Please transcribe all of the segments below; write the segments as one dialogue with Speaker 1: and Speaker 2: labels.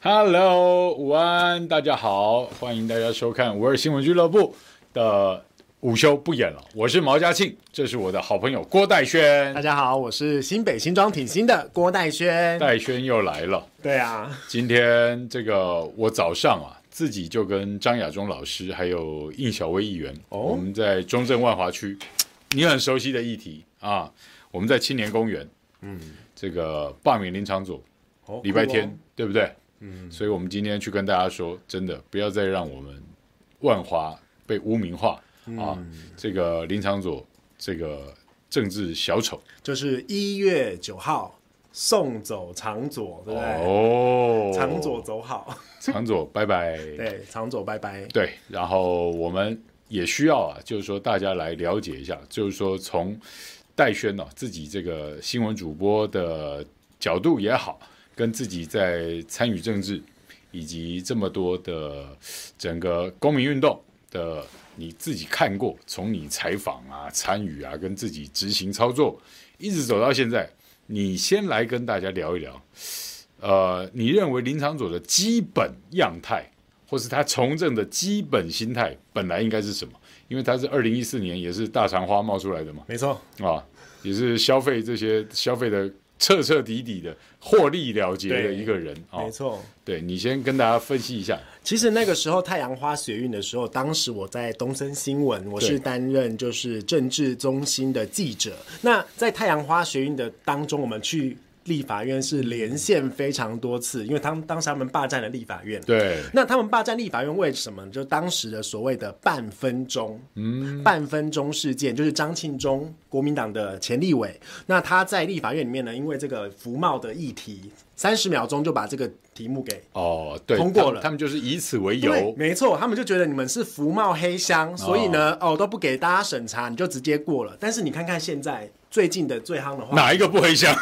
Speaker 1: Hello，午安，大家好，欢迎大家收看五二新闻俱乐部的午休不演了，我是毛家庆，这是我的好朋友郭代
Speaker 2: 大
Speaker 1: 轩，
Speaker 2: 家好，我是新北新庄挺新的郭代轩。
Speaker 1: 代轩又来了。
Speaker 2: 对啊，
Speaker 1: 今天这个我早上啊，自己就跟张亚中老师还有应小薇议员，
Speaker 2: 哦
Speaker 1: 我们在中正万华区，你很熟悉的议题啊，我们在青年公园，嗯，这个罢免林长佐，
Speaker 2: 哦
Speaker 1: 礼拜天、对不对？嗯，所以我们今天去跟大家说，真的不要再让我们万华被污名化、
Speaker 2: 嗯
Speaker 1: 啊！这个林长佐，这个政治小丑
Speaker 2: 就是一月九号送走长左，对不对？
Speaker 1: 哦，
Speaker 2: 长左，走好，
Speaker 1: 长佐，拜拜。
Speaker 2: 对，长左拜拜。
Speaker 1: 对，然后我们也需要啊，就是说大家来了解一下，就是说从戴轩呢、自己这个新闻主播的角度也好，跟自己在参与政治以及这么多的整个公民运动的你自己看过，从你采访啊、参与啊，跟自己执行操作，一直走到现在，你先来跟大家聊一聊。呃，你认为林长佐的基本样态，或是他从政的基本心态，本来应该是什么？因为他是二零一四年也是大肠花冒出来的嘛，
Speaker 2: 没错，
Speaker 1: 啊，也是消费这些消费的彻彻底底的获利了结的
Speaker 2: 对
Speaker 1: 一个人啊
Speaker 2: 没。错。
Speaker 1: 对你先跟大家分析一下，
Speaker 2: 其实那个时候太阳花学运的时候，当时我在东森新闻，我
Speaker 1: 对
Speaker 2: 是担任就是政治中心的记者。那在太阳花学运的当中，我们去立法院是连线非常多次，因为当当时他们霸占了立法院。
Speaker 1: 对
Speaker 2: 那他们霸占立法院为什么？就当时的所谓的半分钟，嗯，半分钟事件就是张庆忠，国民党的前立委，那他在立法院里面呢，因为这个服贸的议题，三十秒钟就把这个题目给。
Speaker 1: 哦，对，
Speaker 2: 通过
Speaker 1: 他们
Speaker 2: 了
Speaker 1: 他们就是以此为
Speaker 2: 对
Speaker 1: 由，
Speaker 2: 没错，他们就觉得你们是服贸黑箱，所以呢，哦，都不给大家审查，你就直接过了。但是你看看现在最近的最夯的话，
Speaker 1: 哪一个不回 想？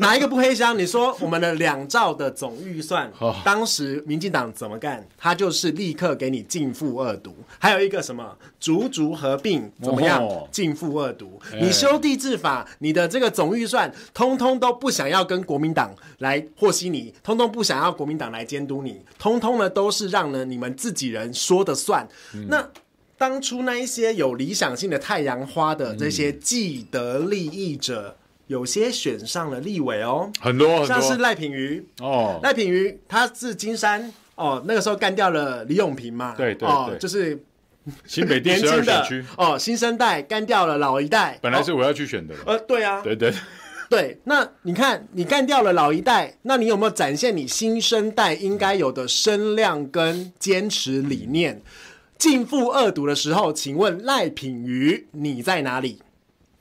Speaker 2: 哪一个不黑箱？你说我们的两兆的总预算，当时民进党怎么干？他就是立刻给你进负二读，还有一个什么竹竹合并怎么样
Speaker 1: 哦
Speaker 2: 进负二读？你修地治法，你的这个总预算，通通都不想要跟国民党来和稀泥，通通不想要国民党来监督你，通通呢都是让呢你们自己人说的算。
Speaker 1: 嗯
Speaker 2: 那当初那一些有理想性的太阳花的这些既得利益者，有些选上了立委哦，
Speaker 1: 很多很
Speaker 2: 像是
Speaker 1: 多
Speaker 2: 赖品妤，
Speaker 1: 哦，
Speaker 2: 赖品妤他是金山哦，那个时候干掉了李永平嘛，
Speaker 1: 对对
Speaker 2: 哦
Speaker 1: 对，
Speaker 2: 就是
Speaker 1: 新北第
Speaker 2: 年
Speaker 1: 十二
Speaker 2: 轻
Speaker 1: 选
Speaker 2: 的
Speaker 1: 区，
Speaker 2: 哦，新生代干掉了老一代，
Speaker 1: 本来
Speaker 2: 哦
Speaker 1: 是我要去选的了，
Speaker 2: 呃对啊，
Speaker 1: 对对。
Speaker 2: 对，那你看，你干掉了老一代，那你有没有展现你新生代应该有的声量跟坚持理念？进腹恶毒的时候，请问赖品妤你在哪里？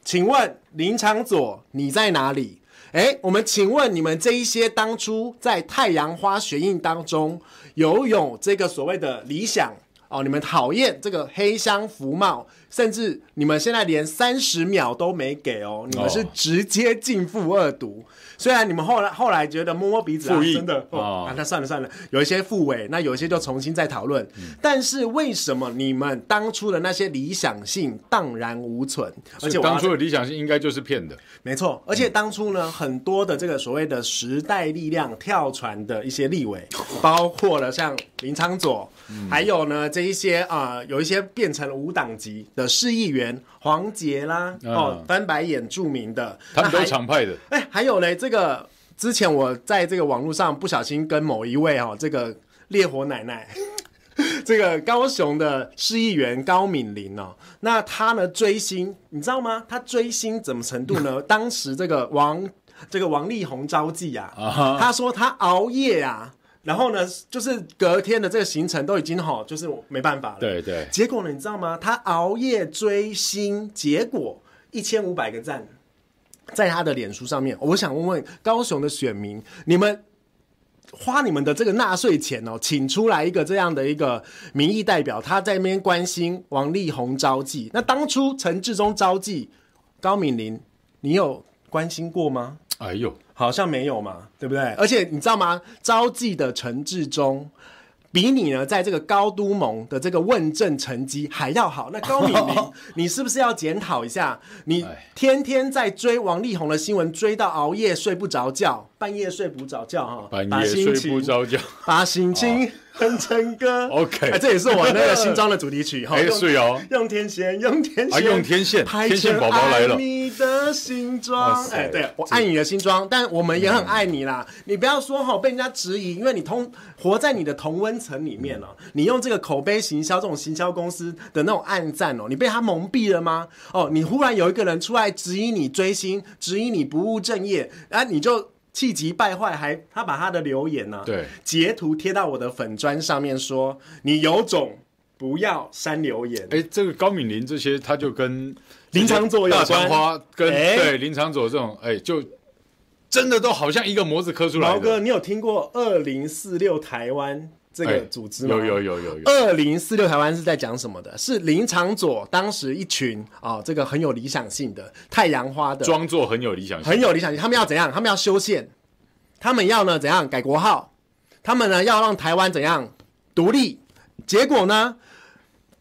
Speaker 2: 请问林长佐你在哪里？哎，我们请问你们这一些当初在太阳花学运当中游泳这个所谓的理想哦，你们讨厌这个黑箱服贸，甚至你们现在连三十秒都没给哦，你们是
Speaker 1: 哦
Speaker 2: 直接进负二毒。虽然你们后来后来觉得摸摸鼻子啊，
Speaker 1: 复议
Speaker 2: 真的、
Speaker 1: 哦
Speaker 2: 哦、啊，那算了算了，有一些复委，那有一些就重新再讨论。
Speaker 1: 嗯
Speaker 2: 但是为什么你们当初的那些理想性荡然无存？而且我要
Speaker 1: 当初嗯的理想性应该就是骗的，
Speaker 2: 没错，而且当初呢，很多的这个所谓的时代力量跳船的一些立委，包括了像林昌佐，
Speaker 1: 嗯
Speaker 2: 还有呢这一些啊、呃有一些变成了无党籍的市议员黄杰啦，
Speaker 1: 嗯
Speaker 2: 哦，翻白眼著名的，
Speaker 1: 他们
Speaker 2: 那
Speaker 1: 都
Speaker 2: 还
Speaker 1: 是常派的。
Speaker 2: 哎，还有嘞，这个之前我在这个网络上不小心跟某一位哦，这个烈火奶奶， 这个高雄的市议员高敏玲哦，那她呢追星，你知道吗？她追星怎么程度呢？当时这个王这个王力宏招妓啊，她说她熬夜啊。然后呢，就是隔天的这个行程都已经好，就是没办法了。
Speaker 1: 对对，
Speaker 2: 结果呢，你知道吗？他熬夜追星，结果一千五百个赞，在他的脸书上面。我想问问高雄的选民，你们花你们的这个纳税钱哦，请出来一个这样的一个民意代表，他在那边关心王力宏招妓。那当初陈志忠招妓，高敏玲，你有关心过吗？
Speaker 1: 哎呦，
Speaker 2: 好像没有嘛，对不对？而且你知道吗？招妓的陈志忠。比你呢，在这个高都盟的这个问政成绩还要好。那高 敏玲，你是不是要检讨一下？你
Speaker 1: 哎
Speaker 2: 天天在追王力宏的新闻，追到熬夜睡不着觉，半夜睡不着觉哈，
Speaker 1: 半
Speaker 2: 把
Speaker 1: 夜
Speaker 2: 心
Speaker 1: 睡
Speaker 2: 情
Speaker 1: 不 着觉，哦
Speaker 2: 把心情哼成歌。
Speaker 1: OK
Speaker 2: 哎这也是我那个新装的主题曲哈。
Speaker 1: 哎，
Speaker 2: 用
Speaker 1: 睡哦。
Speaker 2: 用天线，用天线，
Speaker 1: 啊用天线
Speaker 2: 拍
Speaker 1: 天线
Speaker 2: 成
Speaker 1: 宝宝来了
Speaker 2: 爱你的新
Speaker 1: 哇
Speaker 2: 装，
Speaker 1: 塞嗯
Speaker 2: 哎，对我爱你的新装，但我们也很爱你啦。你不要说哈被人家质疑，因为你同活在你的同温层里面哦、
Speaker 1: 嗯
Speaker 2: 你用这个口碑行销，这种行销公司的那种暗赞哦、你被他蒙蔽了吗？哦，你忽然有一个人出来质疑你追星，质疑你不务正业，然、后你就。气急败坏，还他把他的留言呢、
Speaker 1: 对
Speaker 2: 截图贴到我的粉砖上面说：“你有种不要删留言。”
Speaker 1: 哎，这个高敏玲这些，他就 跟
Speaker 2: 林长佐有
Speaker 1: 大
Speaker 2: 关
Speaker 1: 长花跟
Speaker 2: 哎
Speaker 1: 对林长佐这种，哎，就真的都好像一个模子刻出来
Speaker 2: 毛
Speaker 1: 的。
Speaker 2: 哥，你有听过二零四六台湾这
Speaker 1: 哎
Speaker 2: 个组织吗？呃
Speaker 1: 有有。有有有，
Speaker 2: 二零四六台湾是在讲什么的？是林长佐当时一群啊、哦，这个很有理想性的太阳花的，
Speaker 1: 装作很有理想性
Speaker 2: 很。有理想性。他们要怎样？他们要修宪，他们要呢怎样改国号？他们呢要让台湾怎样独立？结果呢，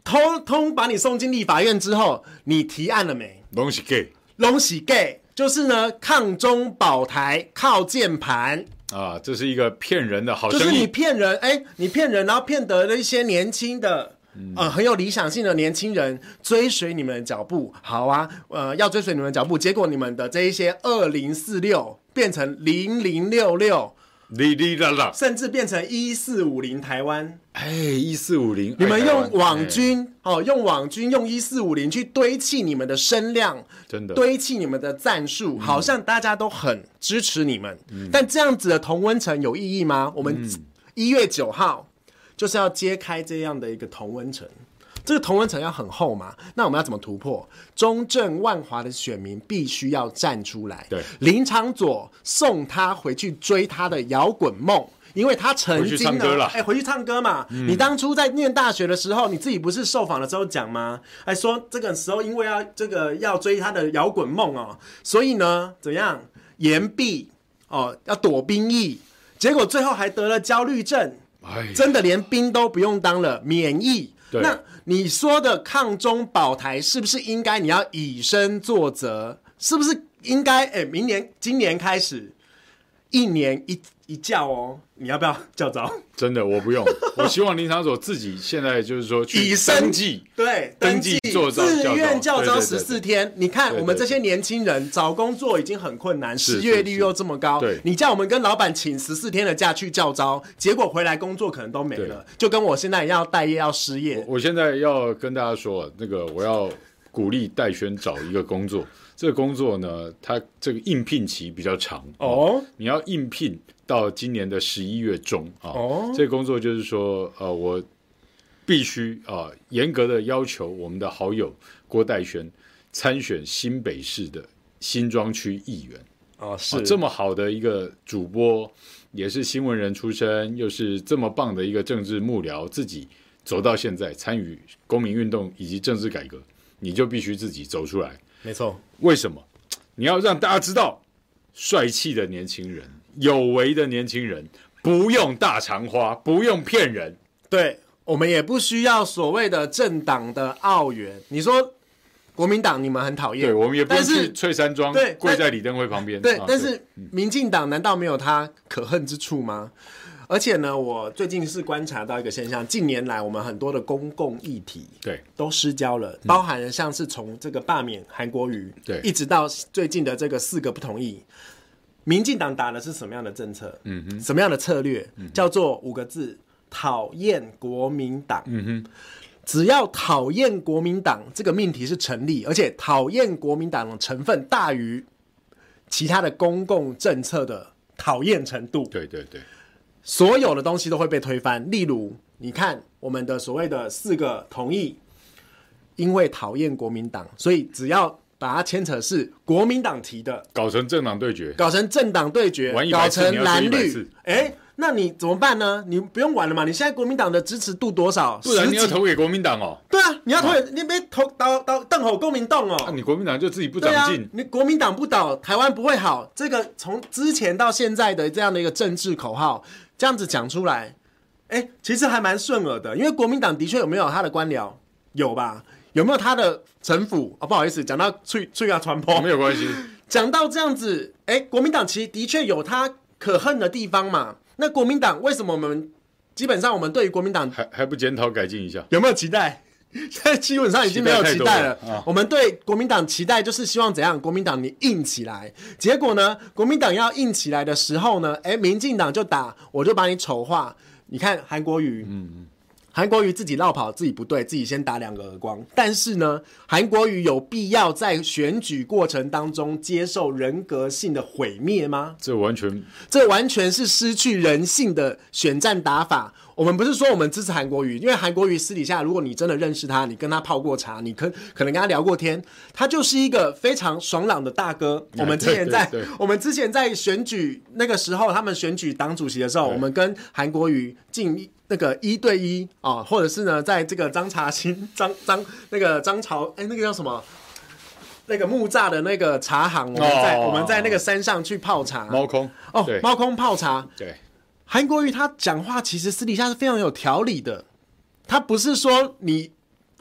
Speaker 2: 通通把你送进立法院之后，你提案了没？
Speaker 1: 东西 gay
Speaker 2: 龙喜 gay 就是呢抗中保台靠键盘。
Speaker 1: 啊，这是一个骗人的好
Speaker 2: 就是
Speaker 1: 哦生
Speaker 2: 你
Speaker 1: 意。
Speaker 2: 骗人，哎、你骗人，然后骗得了一些年轻的。
Speaker 1: 嗯
Speaker 2: 呃，很有理想性的年轻人追随你们的脚步，好啊，呃，要追随你们的脚步，结果你们的这一些二零四六变成零零六六，
Speaker 1: 哩哩啦啦，
Speaker 2: 甚至变成一四五零台湾，
Speaker 1: 哎，一四五零，
Speaker 2: 你们
Speaker 1: 哎
Speaker 2: 用网，
Speaker 1: 台湾哎
Speaker 2: 军、哦，用网军用一四五零去堆砌你们的声量，
Speaker 1: 真的嗯
Speaker 2: 堆砌你们的战术，好像大家都很支持你们。但这样子的同温层有意义吗？我们
Speaker 1: 嗯
Speaker 2: 一月九号就是要揭开这样的一个同温层。这个同温层要很厚嘛？那我们要怎么突破？中正万华的选民必须要站出来。
Speaker 1: 对
Speaker 2: 林长佐送他回去追他的摇滚梦，因为他曾
Speaker 1: 回去
Speaker 2: 经
Speaker 1: 唱歌嗯
Speaker 2: 呢
Speaker 1: 啦
Speaker 2: 哎、回去唱歌嘛。你当初在念大学的时候，你自己不是受访的时候讲吗？哎，说这个时候因为要这个要追他的摇滚梦哦，所以呢，怎样言必哦，要躲兵役，结果最后还得了焦虑症。
Speaker 1: 哎，
Speaker 2: 真的连兵都不用当了，免疫。
Speaker 1: 对
Speaker 2: 那你说的抗中保台，是不是应该你要以身作则？是不是应该？哎、明年、今年开始，一年一一教哦，你要不要 教招？
Speaker 1: 真的，我不 用。我希望林场所自己现在就是说去
Speaker 2: 以身
Speaker 1: 登记，
Speaker 2: 对，
Speaker 1: 登
Speaker 2: 登记
Speaker 1: 记做招
Speaker 2: 自
Speaker 1: 教
Speaker 2: 愿
Speaker 1: 招
Speaker 2: 教
Speaker 1: 对
Speaker 2: 招
Speaker 1: 对
Speaker 2: 十
Speaker 1: 对
Speaker 2: 四天。你看，
Speaker 1: 对
Speaker 2: 我们
Speaker 1: 对
Speaker 2: 这些年轻人找工作已经很困难，
Speaker 1: 是
Speaker 2: 失业
Speaker 1: 是
Speaker 2: 率
Speaker 1: 是
Speaker 2: 又这么高
Speaker 1: 对。
Speaker 2: 你叫我们跟老板请十四天的假去教招，结果回来工作可能都没
Speaker 1: 对
Speaker 2: 了，就跟我现在一样待业要失业。
Speaker 1: 我现在要跟大家说，那个我要鼓励戴轩找一个工作。这个工作呢，它这个应聘期比较长哦，
Speaker 2: 哦，
Speaker 1: 你要应聘到今年的十一月中啊。
Speaker 2: 哦
Speaker 1: 这个工作就是说，呃，我必须啊、严格的要求我们的好友郭戴轩参选新北市的新庄区议员。
Speaker 2: 哦，
Speaker 1: 啊
Speaker 2: 是
Speaker 1: 这么好的一个主播，也是新闻人出身，又是这么棒的一个政治幕僚，自己走到现在，参与公民运动以及政治改革，你就必须自己走出来。
Speaker 2: 没错，
Speaker 1: 为什么？你要让大家知道，帅气的年轻人，有为的年轻人，不用大长花，不用骗人。
Speaker 2: 对我们也不需要所谓的政党的澳元。你说国民党你们很讨厌，
Speaker 1: 对，我们也不
Speaker 2: 但
Speaker 1: 用去
Speaker 2: 是
Speaker 1: 翠山庄
Speaker 2: 对
Speaker 1: 跪
Speaker 2: 但
Speaker 1: 在李登辉旁边。
Speaker 2: 对
Speaker 1: 啊，
Speaker 2: 但是民进党难道没有他可恨之处吗？而且呢，我最近是观察到一个现象，近年来我们很多的公共议题，
Speaker 1: 对
Speaker 2: 都失焦了，包含了像是从这个罢免韩国瑜，
Speaker 1: 对
Speaker 2: 一直到最近的这个四个不同意，民进党打的是什么样的政策？嗯哼，嗯什么样的策略？叫做五个字：讨厌国民党。嗯哼。只要讨厌国民党这个命题是成立，而且讨厌国民党的成分大于其他的公共政策的讨厌程度，
Speaker 1: 对对对，
Speaker 2: 所有的东西都会被推翻。例如，你看我们的所谓的四个同意，因为讨厌国民党，所以只要把它牵扯是国民党提的，
Speaker 1: 搞成政党对决，
Speaker 2: 搞成政党对决
Speaker 1: 玩，一
Speaker 2: 搞
Speaker 1: 百次
Speaker 2: 成
Speaker 1: 你要
Speaker 2: 蓝
Speaker 1: 输一百
Speaker 2: 绿
Speaker 1: 次，
Speaker 2: 哎，那你怎么办呢？你不用玩了嘛？你现在国民党的支持度多少？
Speaker 1: 不然你要
Speaker 2: 十几
Speaker 1: 投给国民党哦，
Speaker 2: 对啊，你要投给，你别投到到邓吼公民党哦。
Speaker 1: 啊，你国民党就自己不
Speaker 2: 对
Speaker 1: 长
Speaker 2: 啊
Speaker 1: 进，，
Speaker 2: 你国民党不倒，台湾不会好。这个从之前到现在的这样的一个政治口号，这样子讲出来，哎，其实还蛮顺耳的。因为国民党的确有没有他的官僚，有吧？有没有他的城府？哦，不好意思，讲到翠翠啊传 播
Speaker 1: 没，有关系。
Speaker 2: 讲到这样子，哎，国民党其实的确有他可恨的地方嘛。那国民党为什么我们基本上我们对于国民党
Speaker 1: 还还不检讨改进一下？
Speaker 2: 有没有期待？ 现在基本上已经没有期待
Speaker 1: 期待太
Speaker 2: 了。
Speaker 1: 多了啊
Speaker 2: 我们对国民党期待就是希望怎样？国民党你硬起来。结果呢，国民党要硬起来的时候呢，哎，民进党就打，我就把你丑化。你看韩国瑜，嗯嗯，韩国瑜自己绕跑，自己不对，自己先打两个耳光。但是呢，韩国瑜有必要在选举过程当中接受人格性的毁灭吗？
Speaker 1: 这完全
Speaker 2: 这完全是失去人性的选战打法。我们不是说我们支持韩国瑜，因为韩国瑜私底下，如果你真的认识他，你跟他泡过茶，你可可能跟他聊过天，他就是一个非常爽朗的大哥。我们之前在
Speaker 1: 哎对对对
Speaker 2: 我们之前在选举那个时候，他们选举党主席的时候，我们跟韩国瑜进一那个一对一啊、或者是呢，在这个张茶兴 张张那个张朝哎、那个叫什么？那个木栅的那个茶行，我们在、
Speaker 1: 哦
Speaker 2: 我们在那个山上去泡茶，
Speaker 1: 猫空
Speaker 2: 哦
Speaker 1: 对，
Speaker 2: 猫哎空泡茶。
Speaker 1: 对，
Speaker 2: 韩国瑜他讲话其实私底下是非常有条理的，他不是说你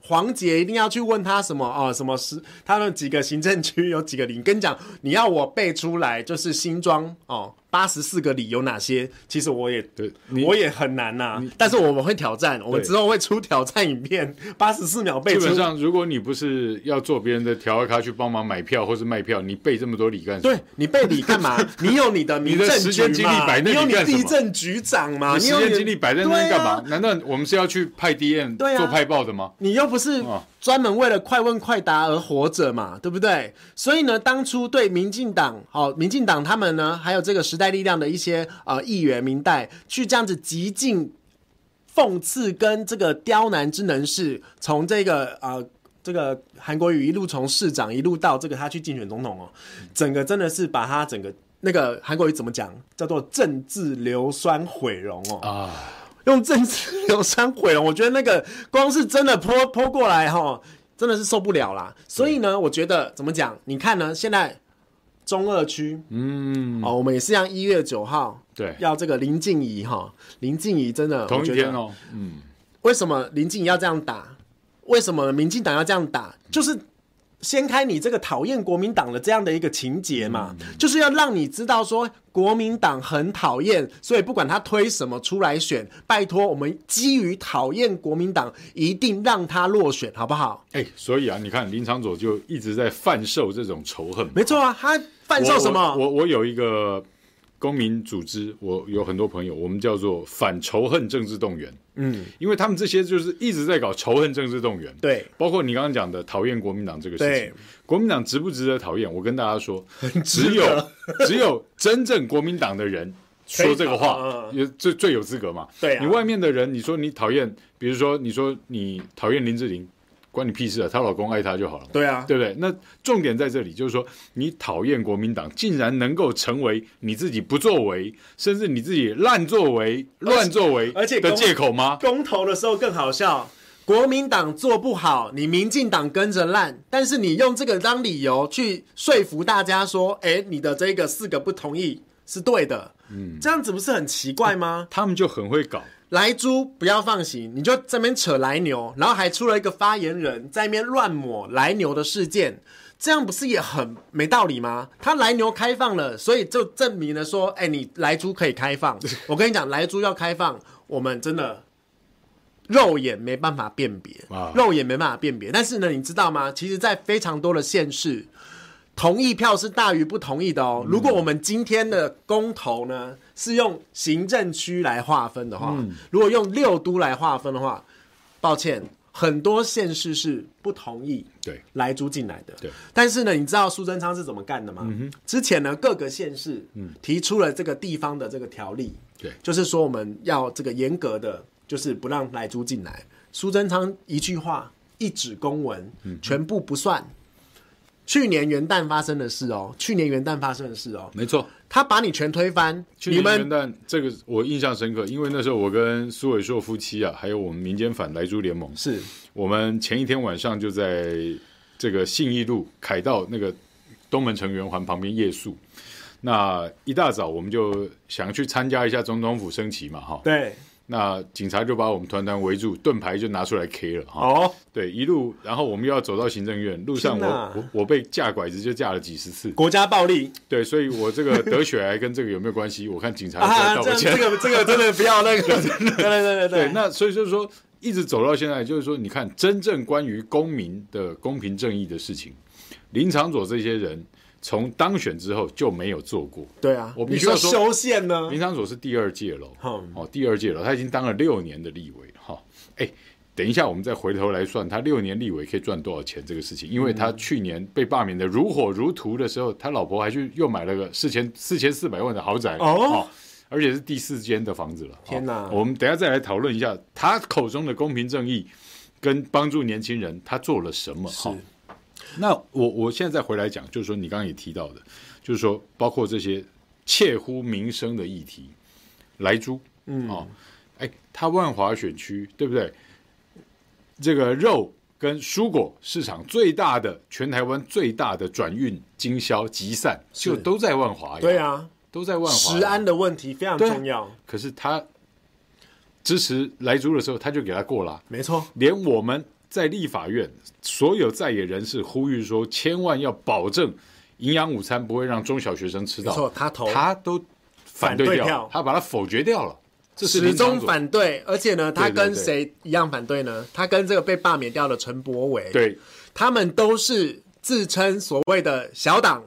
Speaker 2: 黄杰一定要去问他什么哦，什么是他们几个行政区有几个里？你跟你讲，你要我背出来，就是新庄哦，八十四个里有哪些？其实我也
Speaker 1: 对你
Speaker 2: 我也很难呐、但是我们会挑战，我们
Speaker 1: 对
Speaker 2: 之后会出挑战影片，八十四秒背
Speaker 1: 基
Speaker 2: 出
Speaker 1: 本上如果你不是要做别人的调和咖去帮忙买票或是卖票，你背这么多理干什么？
Speaker 2: 对你背理干 嘛？你有你的民
Speaker 1: 的
Speaker 2: 政
Speaker 1: 时
Speaker 2: 局
Speaker 1: 间精力
Speaker 2: 嘛，
Speaker 1: 摆那
Speaker 2: 你有
Speaker 1: 里
Speaker 2: 你
Speaker 1: 干什
Speaker 2: 地
Speaker 1: 么
Speaker 2: 震局长嘛，
Speaker 1: 你
Speaker 2: 啊你
Speaker 1: 时
Speaker 2: 有
Speaker 1: 间
Speaker 2: 你
Speaker 1: 精力摆在那边
Speaker 2: 对啊
Speaker 1: 干嘛？难道我们是要去派 DM
Speaker 2: 对啊
Speaker 1: 做派报的吗？
Speaker 2: 你又不是专门为了快问快答而活着嘛，对不对？所以呢，当初对民进党，哦，民进党他们呢，还有这个时代力量的一些呃议员民代，去这样子极尽讽刺跟这个刁难之能事，从这个呃。这个韩国瑜一路从市长一路到这个他去竞选总统哦，整个真的是把他整个那个韩国瑜怎么讲叫做政治硫酸毁容哦
Speaker 1: 啊，
Speaker 2: 用政治流酸毁容，我觉得那个光是真的泼泼过来哈，真的是受不了啦。所以呢，我觉得怎么讲？你看呢，现在中二区、
Speaker 1: 嗯，
Speaker 2: 哦，我们也是像一月九号
Speaker 1: 对，
Speaker 2: 要这个林静怡哈，林静怡真的
Speaker 1: 同一
Speaker 2: 我觉
Speaker 1: 天
Speaker 2: 得
Speaker 1: 哦，嗯，
Speaker 2: 为什么林静怡要这样打？为什么民进党要这样打？就是掀开你这个讨厌国民党的这样的一个情节嘛，
Speaker 1: 嗯
Speaker 2: 就是要让你知道说国民党很讨厌，所以不管他推什么出来选，拜托我们基于讨厌国民党，一定让他落选，好不好？
Speaker 1: 哎，所以啊，你看林长佐就一直在贩售这种仇恨嘛，
Speaker 2: 没错啊，他贩售什
Speaker 1: 我
Speaker 2: 么？
Speaker 1: 我我有一个公民组织，我有很多朋友，我们叫做反仇恨政治动员。嗯，因为他们这些就是一直在搞仇恨政治动员。
Speaker 2: 对，
Speaker 1: 包括你刚刚讲的讨厌国民党这个事
Speaker 2: 对
Speaker 1: 情，国民党值不值得讨厌？我跟大家 说，只有 只有真正国民党的人说这个话，
Speaker 2: 可啊
Speaker 1: 也最最有资格嘛。
Speaker 2: 对啊
Speaker 1: 你外面的人，你说你讨厌，比如说你说你讨厌林志玲，关你屁事啊！她老公爱她就好了嘛。
Speaker 2: 对啊，
Speaker 1: 对不对？那重点在这里，就是说你讨厌国民党，竟然能够成为你自己不作为，甚至你自己滥作为、乱作为
Speaker 2: 而且
Speaker 1: 的
Speaker 2: 公
Speaker 1: 借口吗？
Speaker 2: 公投的时候更好笑。国民党做不好，你民进党跟着烂，但是你用这个当理由去说服大家说，哎、你的这个四个不同意是对的，嗯，这样子不是很奇怪吗？
Speaker 1: 他们就很会搞，
Speaker 2: 来猪不要放行，你就这边扯来牛，然后还出了一个发言人在那边乱抹来牛的事件，这样不是也很没道理吗？他来牛开放了，所以就证明了说，哎、你来猪可以开放。我跟你讲，来猪要开放，我们真的肉眼没办法辨别
Speaker 1: 哇，
Speaker 2: 肉眼没办法辨别。但是呢，你知道吗？其实，在非常多的县市，同意票是大于不同意的哦。如果我们今天的公投呢是用行政区来划分的话，如果用六都来划分的话，抱歉，很多县市是不同意
Speaker 1: 对，
Speaker 2: 来租进来的。
Speaker 1: 对，嗯
Speaker 2: 但是呢，你知道苏贞昌是怎么干的吗？之前呢，各个县市提出了这个地方的这个条例，
Speaker 1: 对
Speaker 2: 就是说我们要这个严格的，就是不让来租进来。苏贞昌一句话、一纸公文，
Speaker 1: 嗯
Speaker 2: 全部不算。去年元旦发生的事哦，去年元旦发生的事哦，
Speaker 1: 没错。
Speaker 2: 他把你全推翻，
Speaker 1: 去
Speaker 2: 你
Speaker 1: 年
Speaker 2: 们
Speaker 1: 元旦这个我印象深刻，因为那时候我跟苏伟硕夫妻啊，还有我们民间反莱猪联盟，
Speaker 2: 是
Speaker 1: 我们前一天晚上就在这个信义路凯道那个东门城圆环旁边夜宿。那一大早我们就想去参加一下总统府升旗嘛，哈，
Speaker 2: 对
Speaker 1: 那警察就把我们团团围住，盾牌就拿出来 K 了哈。
Speaker 2: 哦，
Speaker 1: 对，一路，然后我们又要走到行政院，路上
Speaker 2: 天哪
Speaker 1: 我我我被架拐子就架了几十次，
Speaker 2: 国家暴力
Speaker 1: 对，所以我这个得血癌跟这个有没有关系？我看警察要不要
Speaker 2: 啊，
Speaker 1: 道
Speaker 2: 这
Speaker 1: 我
Speaker 2: 这
Speaker 1: 歉。
Speaker 2: 个这个真的不要那个，对对对对
Speaker 1: 对，那所以就是说，一直走到现在，就是说，你看真正关于公民的公平正义的事情，林长佐这些人从当选之后就没有做过。
Speaker 2: 对啊，
Speaker 1: 我必
Speaker 2: 你
Speaker 1: 须要
Speaker 2: 说
Speaker 1: 说
Speaker 2: 修宪呢？
Speaker 1: 林长佐是第二届喽，
Speaker 2: 嗯
Speaker 1: 哦，第二届了，他已经当了六年的立委了哈。哎、等一下，我们再回头来算他六年立委可以赚多少钱这个事情，因为他去年被罢免的如火如荼的时候，他老婆还去又买了个四千四千四百万的豪宅
Speaker 2: 哦
Speaker 1: 而且是第四间的房子了。
Speaker 2: 天哪
Speaker 1: 哦我们等一下再来讨论一下他口中的公平正义跟帮助年轻人，他做了什么？哈。那我我现在再回来讲，就是说你刚刚也提到的，就是说包括这些切乎民生的议题，莱猪，嗯，哦，哎，他万华选区对不对？这个肉跟蔬果市场最大的，全台湾最大的转运、经销、集散，就都在万华呀，
Speaker 2: 对，啊，
Speaker 1: 都在万华。
Speaker 2: 食安，的问题非常
Speaker 1: 对啊
Speaker 2: 重要，
Speaker 1: 可是他支持莱猪的时候，他就给他过了啊、
Speaker 2: 没错，
Speaker 1: 连我们在立法院所有在野人士呼吁说，千万要保证营养午餐不会让中小学生吃
Speaker 2: 没错
Speaker 1: 到，，
Speaker 2: 他投
Speaker 1: 他都反对
Speaker 2: 反对
Speaker 1: 掉，
Speaker 2: 票
Speaker 1: 他把它否决掉了。这是
Speaker 2: 始
Speaker 1: 林长
Speaker 2: 终
Speaker 1: 佐
Speaker 2: 反对，而且呢，他
Speaker 1: 对对
Speaker 2: 跟
Speaker 1: 对
Speaker 2: 谁一样反对呢？他跟这个被罢免掉的陈柏伟，
Speaker 1: 对
Speaker 2: 他们都是自称所谓的小党、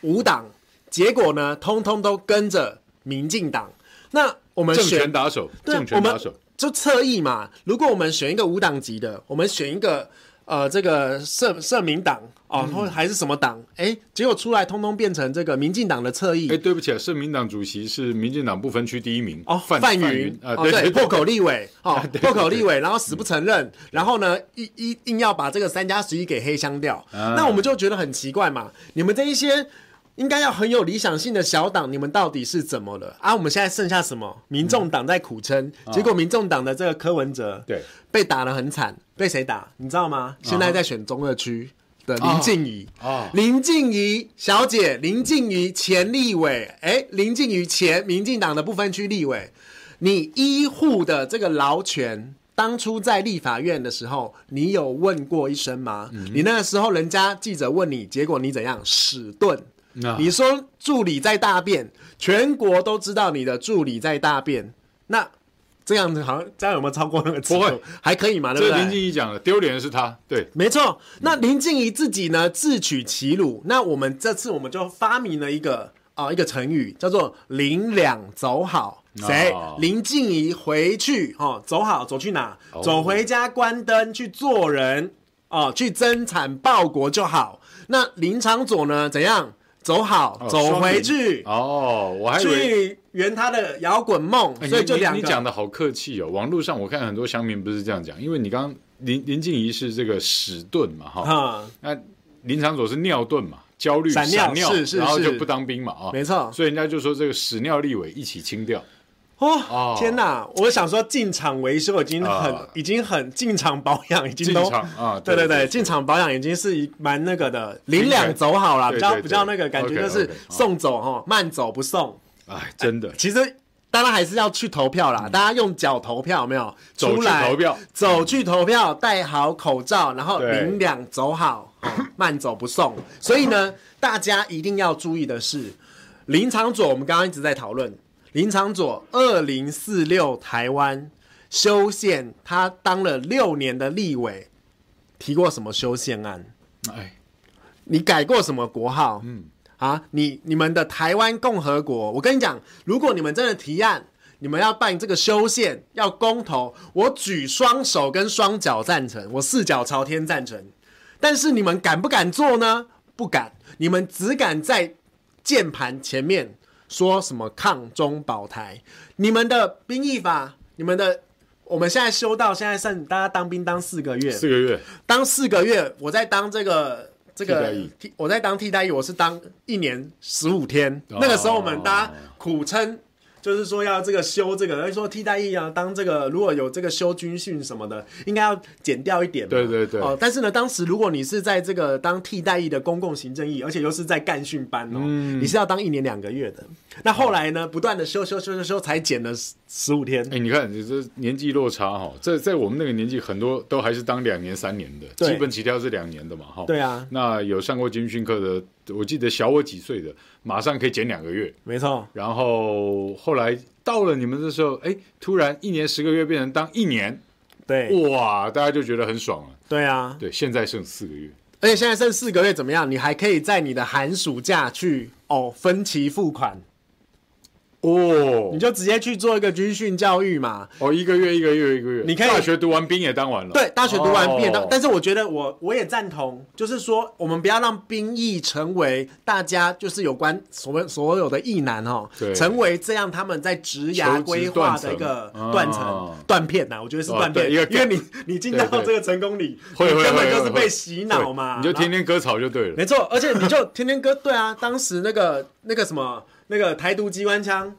Speaker 2: 无党，结果呢，通通都跟着民进党。那我们
Speaker 1: 政
Speaker 2: 选
Speaker 1: 权打手，
Speaker 2: 对啊
Speaker 1: 政权打手
Speaker 2: 我们，就侧翼嘛。如果我们选一个无党籍的，我们选一个呃这个社社民党
Speaker 1: 嗯
Speaker 2: 哦，或、还是什么党，哎，结果出来通通变成这个民进党的侧翼。
Speaker 1: 哎，对不起啊，社民党主席是民进党不分区第一名
Speaker 2: 哦，
Speaker 1: 范
Speaker 2: 范
Speaker 1: 云啊，
Speaker 2: 哦，对，破口立委，哦，破 口
Speaker 1: 对
Speaker 2: 立委，然后死不承认，然后呢，一一硬要把这个三加十一给黑箱掉，
Speaker 1: 啊
Speaker 2: 那我们就觉得很奇怪嘛，你们这一些。应该要很有理想性的小党，你们到底是怎么了啊？我们现在剩下什么？民众党在苦撑，结果民众党的这个柯文哲
Speaker 1: 嗯对嗯
Speaker 2: 被打得很惨，被谁打？你知道吗？现在在选中二区的林静怡
Speaker 1: 啊
Speaker 2: 林静怡小姐，林静怡前立委，哎，林静怡前民进党的不分区立委，你医护的这个劳权。当初在立法院的时候，你有问过一声吗？
Speaker 1: 嗯
Speaker 2: 你那个时候人家记者问你，结果你怎样屎遁？
Speaker 1: 那
Speaker 2: 你说助理在大便，全国都知道你的助理在大便，那这样子好像这样有没有超过那个尺度？
Speaker 1: 不会，
Speaker 2: 还可以嘛，对不
Speaker 1: 这
Speaker 2: 对？
Speaker 1: 林静怡讲了，丢脸的是他，对，
Speaker 2: 没错，
Speaker 1: 嗯
Speaker 2: 那林静怡自己呢自取其辱。那我们这次我们就发明了一个啊、一个成语，叫做“林两走好”。谁？
Speaker 1: 哦
Speaker 2: 林静怡回去哦，走好，走去哪？
Speaker 1: 哦
Speaker 2: 走回家，关灯去做人哦，去增产报国就好。那林长佐呢？怎样？走好，
Speaker 1: 哦
Speaker 2: 走回
Speaker 1: 双
Speaker 2: 去，
Speaker 1: 哦，我还以为
Speaker 2: 去圆他的摇滚梦。
Speaker 1: 哎
Speaker 2: 所以
Speaker 1: 你
Speaker 2: 就
Speaker 1: 你
Speaker 2: 两
Speaker 1: 你
Speaker 2: 个
Speaker 1: 讲的好客气哦。网络上我看很多乡民不是这样讲，因为你刚林林静怡是这个屎遁嘛，哈，
Speaker 2: 哈、
Speaker 1: 那林长佐是尿遁嘛，焦虑
Speaker 2: 啊闪尿
Speaker 1: 尿，
Speaker 2: 是是
Speaker 1: 然后
Speaker 2: 是
Speaker 1: 就不当兵嘛，啊，
Speaker 2: 没错
Speaker 1: 所以人家就说这个屎尿立委一起清掉，
Speaker 2: 哦
Speaker 1: 哦，
Speaker 2: 天哪！我想说进场维修已经很、
Speaker 1: 啊
Speaker 2: 已经很进场保养已经
Speaker 1: 进
Speaker 2: 都
Speaker 1: 场啊，
Speaker 2: 对对
Speaker 1: 对
Speaker 2: 对，进场保养已经是蛮那个的，领两走好了，
Speaker 1: 对
Speaker 2: 比较
Speaker 1: 对
Speaker 2: 比较
Speaker 1: 对
Speaker 2: 那个感觉
Speaker 1: OK，
Speaker 2: 就是
Speaker 1: OK，啊
Speaker 2: 送走哈，慢走不送。
Speaker 1: 哎，真的，
Speaker 2: 其实当然还是要去投票啦，大家用脚投票有没有？
Speaker 1: 嗯走
Speaker 2: 出
Speaker 1: 去
Speaker 2: 来
Speaker 1: 投票，
Speaker 2: 走去投票，戴好口罩，然后
Speaker 1: 对
Speaker 2: 领两走好，哦 慢走不送。所以呢，大家一定要注意的是，林长佐，我们刚刚一直在讨论林长佐二零四六台湾修宪，他当了六年的立委，提过什么修宪案？
Speaker 1: 哎，
Speaker 2: 你改过什么国号？嗯，啊，你你们的台湾共和国，我跟你讲，如果你们真的提案，你们要办这个修宪，要公投，我举双手跟双脚赞成，我四脚朝天赞成。但是你们敢不敢做呢？不敢，你们只敢在键盘前面说什么抗中保台，你们的兵役法，你们的。我们现在修到现在剩大家当兵当四个月，
Speaker 1: 四个月
Speaker 2: 当四个月，我在当这个这
Speaker 1: 替
Speaker 2: 个
Speaker 1: 代役
Speaker 2: 替我在当替代役，我是当一年十五天。
Speaker 1: 哦
Speaker 2: 那个时候我们大家苦撑就是说要这个修这个，而说替代役啊，当这个如果有这个修军训什么的，应该要减掉一点嘛。
Speaker 1: 对对对
Speaker 2: 哦，但是呢，当时如果你是在这个当替代役的公共行政役，而且又是在干训班哦，
Speaker 1: 嗯
Speaker 2: 你是要当一年两个月的。那后来呢，不断的修修修修修，才减了十五天
Speaker 1: 哎、。你看，你这年纪落差哈，在在我们那个年纪，很多都还是当两年、三年的，
Speaker 2: 对
Speaker 1: 基本起跳是两年的嘛，哈。
Speaker 2: 对啊
Speaker 1: 那有上过军训课的，我记得小我几岁的，马上可以减两个月，
Speaker 2: 没错，
Speaker 1: 然后后来到了你们的时候，哎、突然一年十个月变成当一年，
Speaker 2: 对
Speaker 1: 哇，大家就觉得很爽了。
Speaker 2: 对啊，
Speaker 1: 对，现在剩四个月，
Speaker 2: 而且现在剩四个月怎么样？你还可以在你的寒暑假去哦分期付款，
Speaker 1: 哦
Speaker 2: 你就直接去做一个军训教育嘛。
Speaker 1: 哦，一个月一个月一个月，
Speaker 2: 你可以
Speaker 1: 大学读完兵也当完了，
Speaker 2: 对，大学读完毕业当，
Speaker 1: 哦
Speaker 2: 但是我觉得我我也赞同，就是说我们不要让兵役成为大家就是有关所谓所有的役男哦
Speaker 1: 对，
Speaker 2: 成为这样他们在职涯规划的一个
Speaker 1: 求职断层
Speaker 2: 断
Speaker 1: 哦
Speaker 2: 层断片啊呐、我觉得是断
Speaker 1: 哦
Speaker 2: 片，
Speaker 1: 对一个
Speaker 2: 因为你你进到
Speaker 1: 对对
Speaker 2: 这个成功里，
Speaker 1: 会会
Speaker 2: 你
Speaker 1: 会
Speaker 2: 根本就
Speaker 1: 会
Speaker 2: 是
Speaker 1: 会
Speaker 2: 被洗脑嘛，
Speaker 1: 对你就
Speaker 2: 然后
Speaker 1: 天天割草就对了。
Speaker 2: 没错，而且你就天天哥，对啊，当时那个那个什么那个台独机关枪，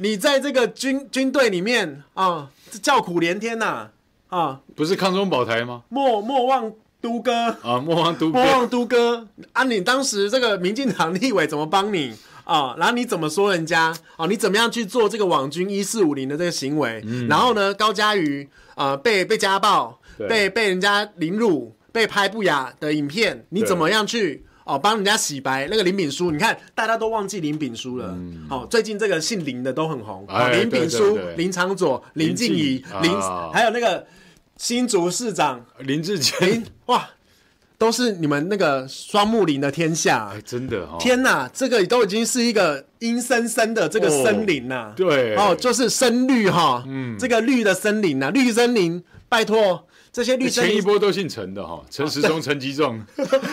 Speaker 2: 你在这个军军队里面啊，这叫苦连天呐啊
Speaker 1: 不是康中保台吗？
Speaker 2: 莫莫忘都哥，
Speaker 1: 啊，莫忘读
Speaker 2: 莫
Speaker 1: 兵。
Speaker 2: 忘都哥啊！你当时这个民进党立委怎么帮你啊？然后你怎么说人家啊？你怎么样去做这个网军一四五零的这个行为？然后呢，高嘉瑜啊、被被家暴，
Speaker 1: 嗯对
Speaker 2: 被被人家凌辱，被拍不雅的影片，你
Speaker 1: 对
Speaker 2: 怎么样去？哦，帮人家洗白那个林炳书，你看大家都忘记林炳书了。哦，最近这个姓林的都很红，哦
Speaker 1: 嗯哎，
Speaker 2: 林炳
Speaker 1: 对
Speaker 2: 书
Speaker 1: 对对、
Speaker 2: 林长佐、林静怡、
Speaker 1: 林
Speaker 2: 林
Speaker 1: 静啊，
Speaker 2: 还有那个新竹市长
Speaker 1: 林志坚
Speaker 2: 林，哎哇，都是你们那个双木林的天下
Speaker 1: 哎，。真的哈、哦，
Speaker 2: 天呐，这个都已经是一个阴森森的这个森林呐、
Speaker 1: 对
Speaker 2: 哦，就是深绿哈，嗯，这个绿的森林呐、绿森林，拜托这些绿森
Speaker 1: 哎前一
Speaker 2: 林，
Speaker 1: 波都姓陈的哈、陈时中、陈吉 仲、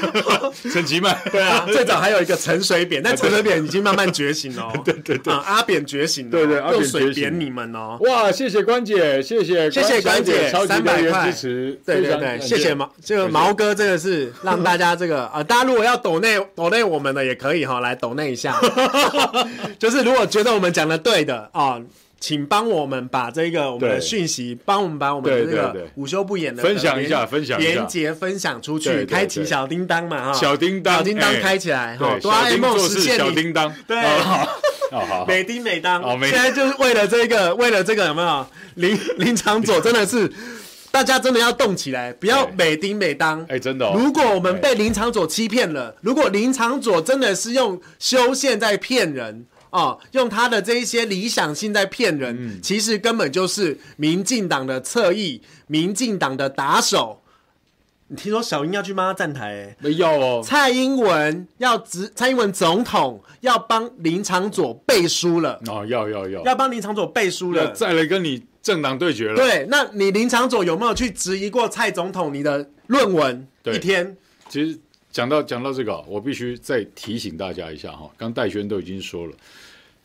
Speaker 1: 陈其迈，对
Speaker 2: 啊，最早还有一个陈水扁，但陈水扁已经慢慢觉醒 了、哦，对对对，啊，阿扁觉醒了、
Speaker 1: 对对阿扁
Speaker 2: 用
Speaker 1: 觉醒
Speaker 2: 水扁你们哦，
Speaker 1: 哇，谢谢关姐，谢谢
Speaker 2: 谢谢
Speaker 1: 关
Speaker 2: 关
Speaker 1: 小
Speaker 2: 姐
Speaker 1: 超级
Speaker 2: 三
Speaker 1: 留
Speaker 2: 百
Speaker 1: 言
Speaker 2: 块
Speaker 1: 支持，
Speaker 2: 对
Speaker 1: 非
Speaker 2: 对
Speaker 1: 常
Speaker 2: 对，
Speaker 1: 感
Speaker 2: 谢谢毛，这个毛哥真的是让大家这个啊、大家如果要抖内抖内我们的也可以哈、来抖内 一下，就是如果觉得我们讲的对的啊、请帮我们把这个我们的
Speaker 1: 对
Speaker 2: 讯息，帮我们把我们的
Speaker 1: 对
Speaker 2: 这
Speaker 1: 对
Speaker 2: 个
Speaker 1: 对
Speaker 2: 午休不演的
Speaker 1: 分享一下
Speaker 2: 连
Speaker 1: 分享一下
Speaker 2: 连接分享出
Speaker 1: 对
Speaker 2: 去，
Speaker 1: 对
Speaker 2: 开启
Speaker 1: 对
Speaker 2: 小叮当嘛哈，
Speaker 1: 小叮当，
Speaker 2: 小叮当
Speaker 1: 哎
Speaker 2: 开起来哈，
Speaker 1: 对
Speaker 2: 哆啦
Speaker 1: 小
Speaker 2: A
Speaker 1: 叮
Speaker 2: 梦
Speaker 1: 做
Speaker 2: 实
Speaker 1: 事
Speaker 2: 现
Speaker 1: 小
Speaker 2: 你
Speaker 1: 叮当，
Speaker 2: 对
Speaker 1: 哦好，好好好，
Speaker 2: 每叮每当，
Speaker 1: 哦每
Speaker 2: 现在就是为了这个， 为了这个有没有？林林长佐真的是，大家真的要动起来，不要
Speaker 1: 对
Speaker 2: 每叮每当。
Speaker 1: 哎真的哦
Speaker 2: 如果我们被林长佐欺骗了，如果林长佐真的是用修宪在骗人。哦，用他的这一些理想性在骗人，
Speaker 1: 嗯
Speaker 2: 其实根本就是民进党的侧翼，民进党的打手。你听说小英要去妈妈站台、欸，
Speaker 1: 没要哦，
Speaker 2: 蔡英文要执，蔡英文总统要帮林长佐背书了，
Speaker 1: 哦要要要，
Speaker 2: 要帮林长佐背书
Speaker 1: 要
Speaker 2: 了。
Speaker 1: 再来跟你政党对决了。
Speaker 2: 对，那你林长佐有没有去质疑过蔡总统你的论文
Speaker 1: 对
Speaker 2: 一天？
Speaker 1: 其实讲到讲到这个啊，我必须再提醒大家一下哈，刚戴轩都已经说了，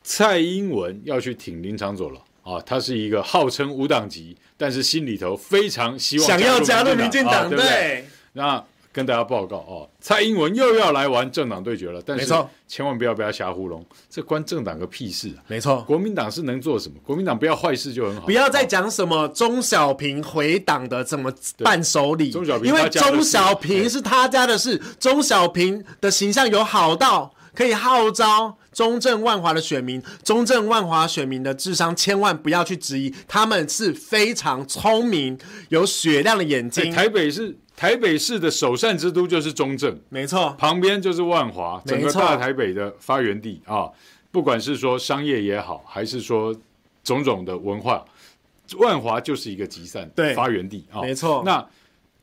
Speaker 1: 蔡英文要去挺林长佐了。啊，他是一个号称无党籍，但是心里头非常希望
Speaker 2: 想要加入民
Speaker 1: 民
Speaker 2: 进
Speaker 1: 党，啊
Speaker 2: 党，
Speaker 1: 对不对？那跟大家报告哦，蔡英文又要来玩政党对决了，但是
Speaker 2: 没错
Speaker 1: 千万不要被他瞎糊弄，这关政党个屁事啊！
Speaker 2: 没错，
Speaker 1: 国民党是能做什么？国民党不要坏事就很好，哎
Speaker 2: 不要再讲什么钟小平回党的怎么伴手礼，
Speaker 1: 钟小平
Speaker 2: 因
Speaker 1: 他
Speaker 2: 为
Speaker 1: 家的事
Speaker 2: 钟小
Speaker 1: 对
Speaker 2: 平是他家的事，钟小平的形象有好到可以号召中正万华的选民，中正万华选民的智商千万不要去质疑，他们是非常聪明、有雪亮的眼
Speaker 1: 哎
Speaker 2: 睛。
Speaker 1: 台北市台北市的首善之都就是中正，
Speaker 2: 没错，
Speaker 1: 旁边就是万华，整个
Speaker 2: 没错
Speaker 1: 大台北的发源地啊。不管是说商业也好，还是说种种的文化，万华就是一个集散
Speaker 2: 对
Speaker 1: 发源地啊。
Speaker 2: 没错
Speaker 1: 那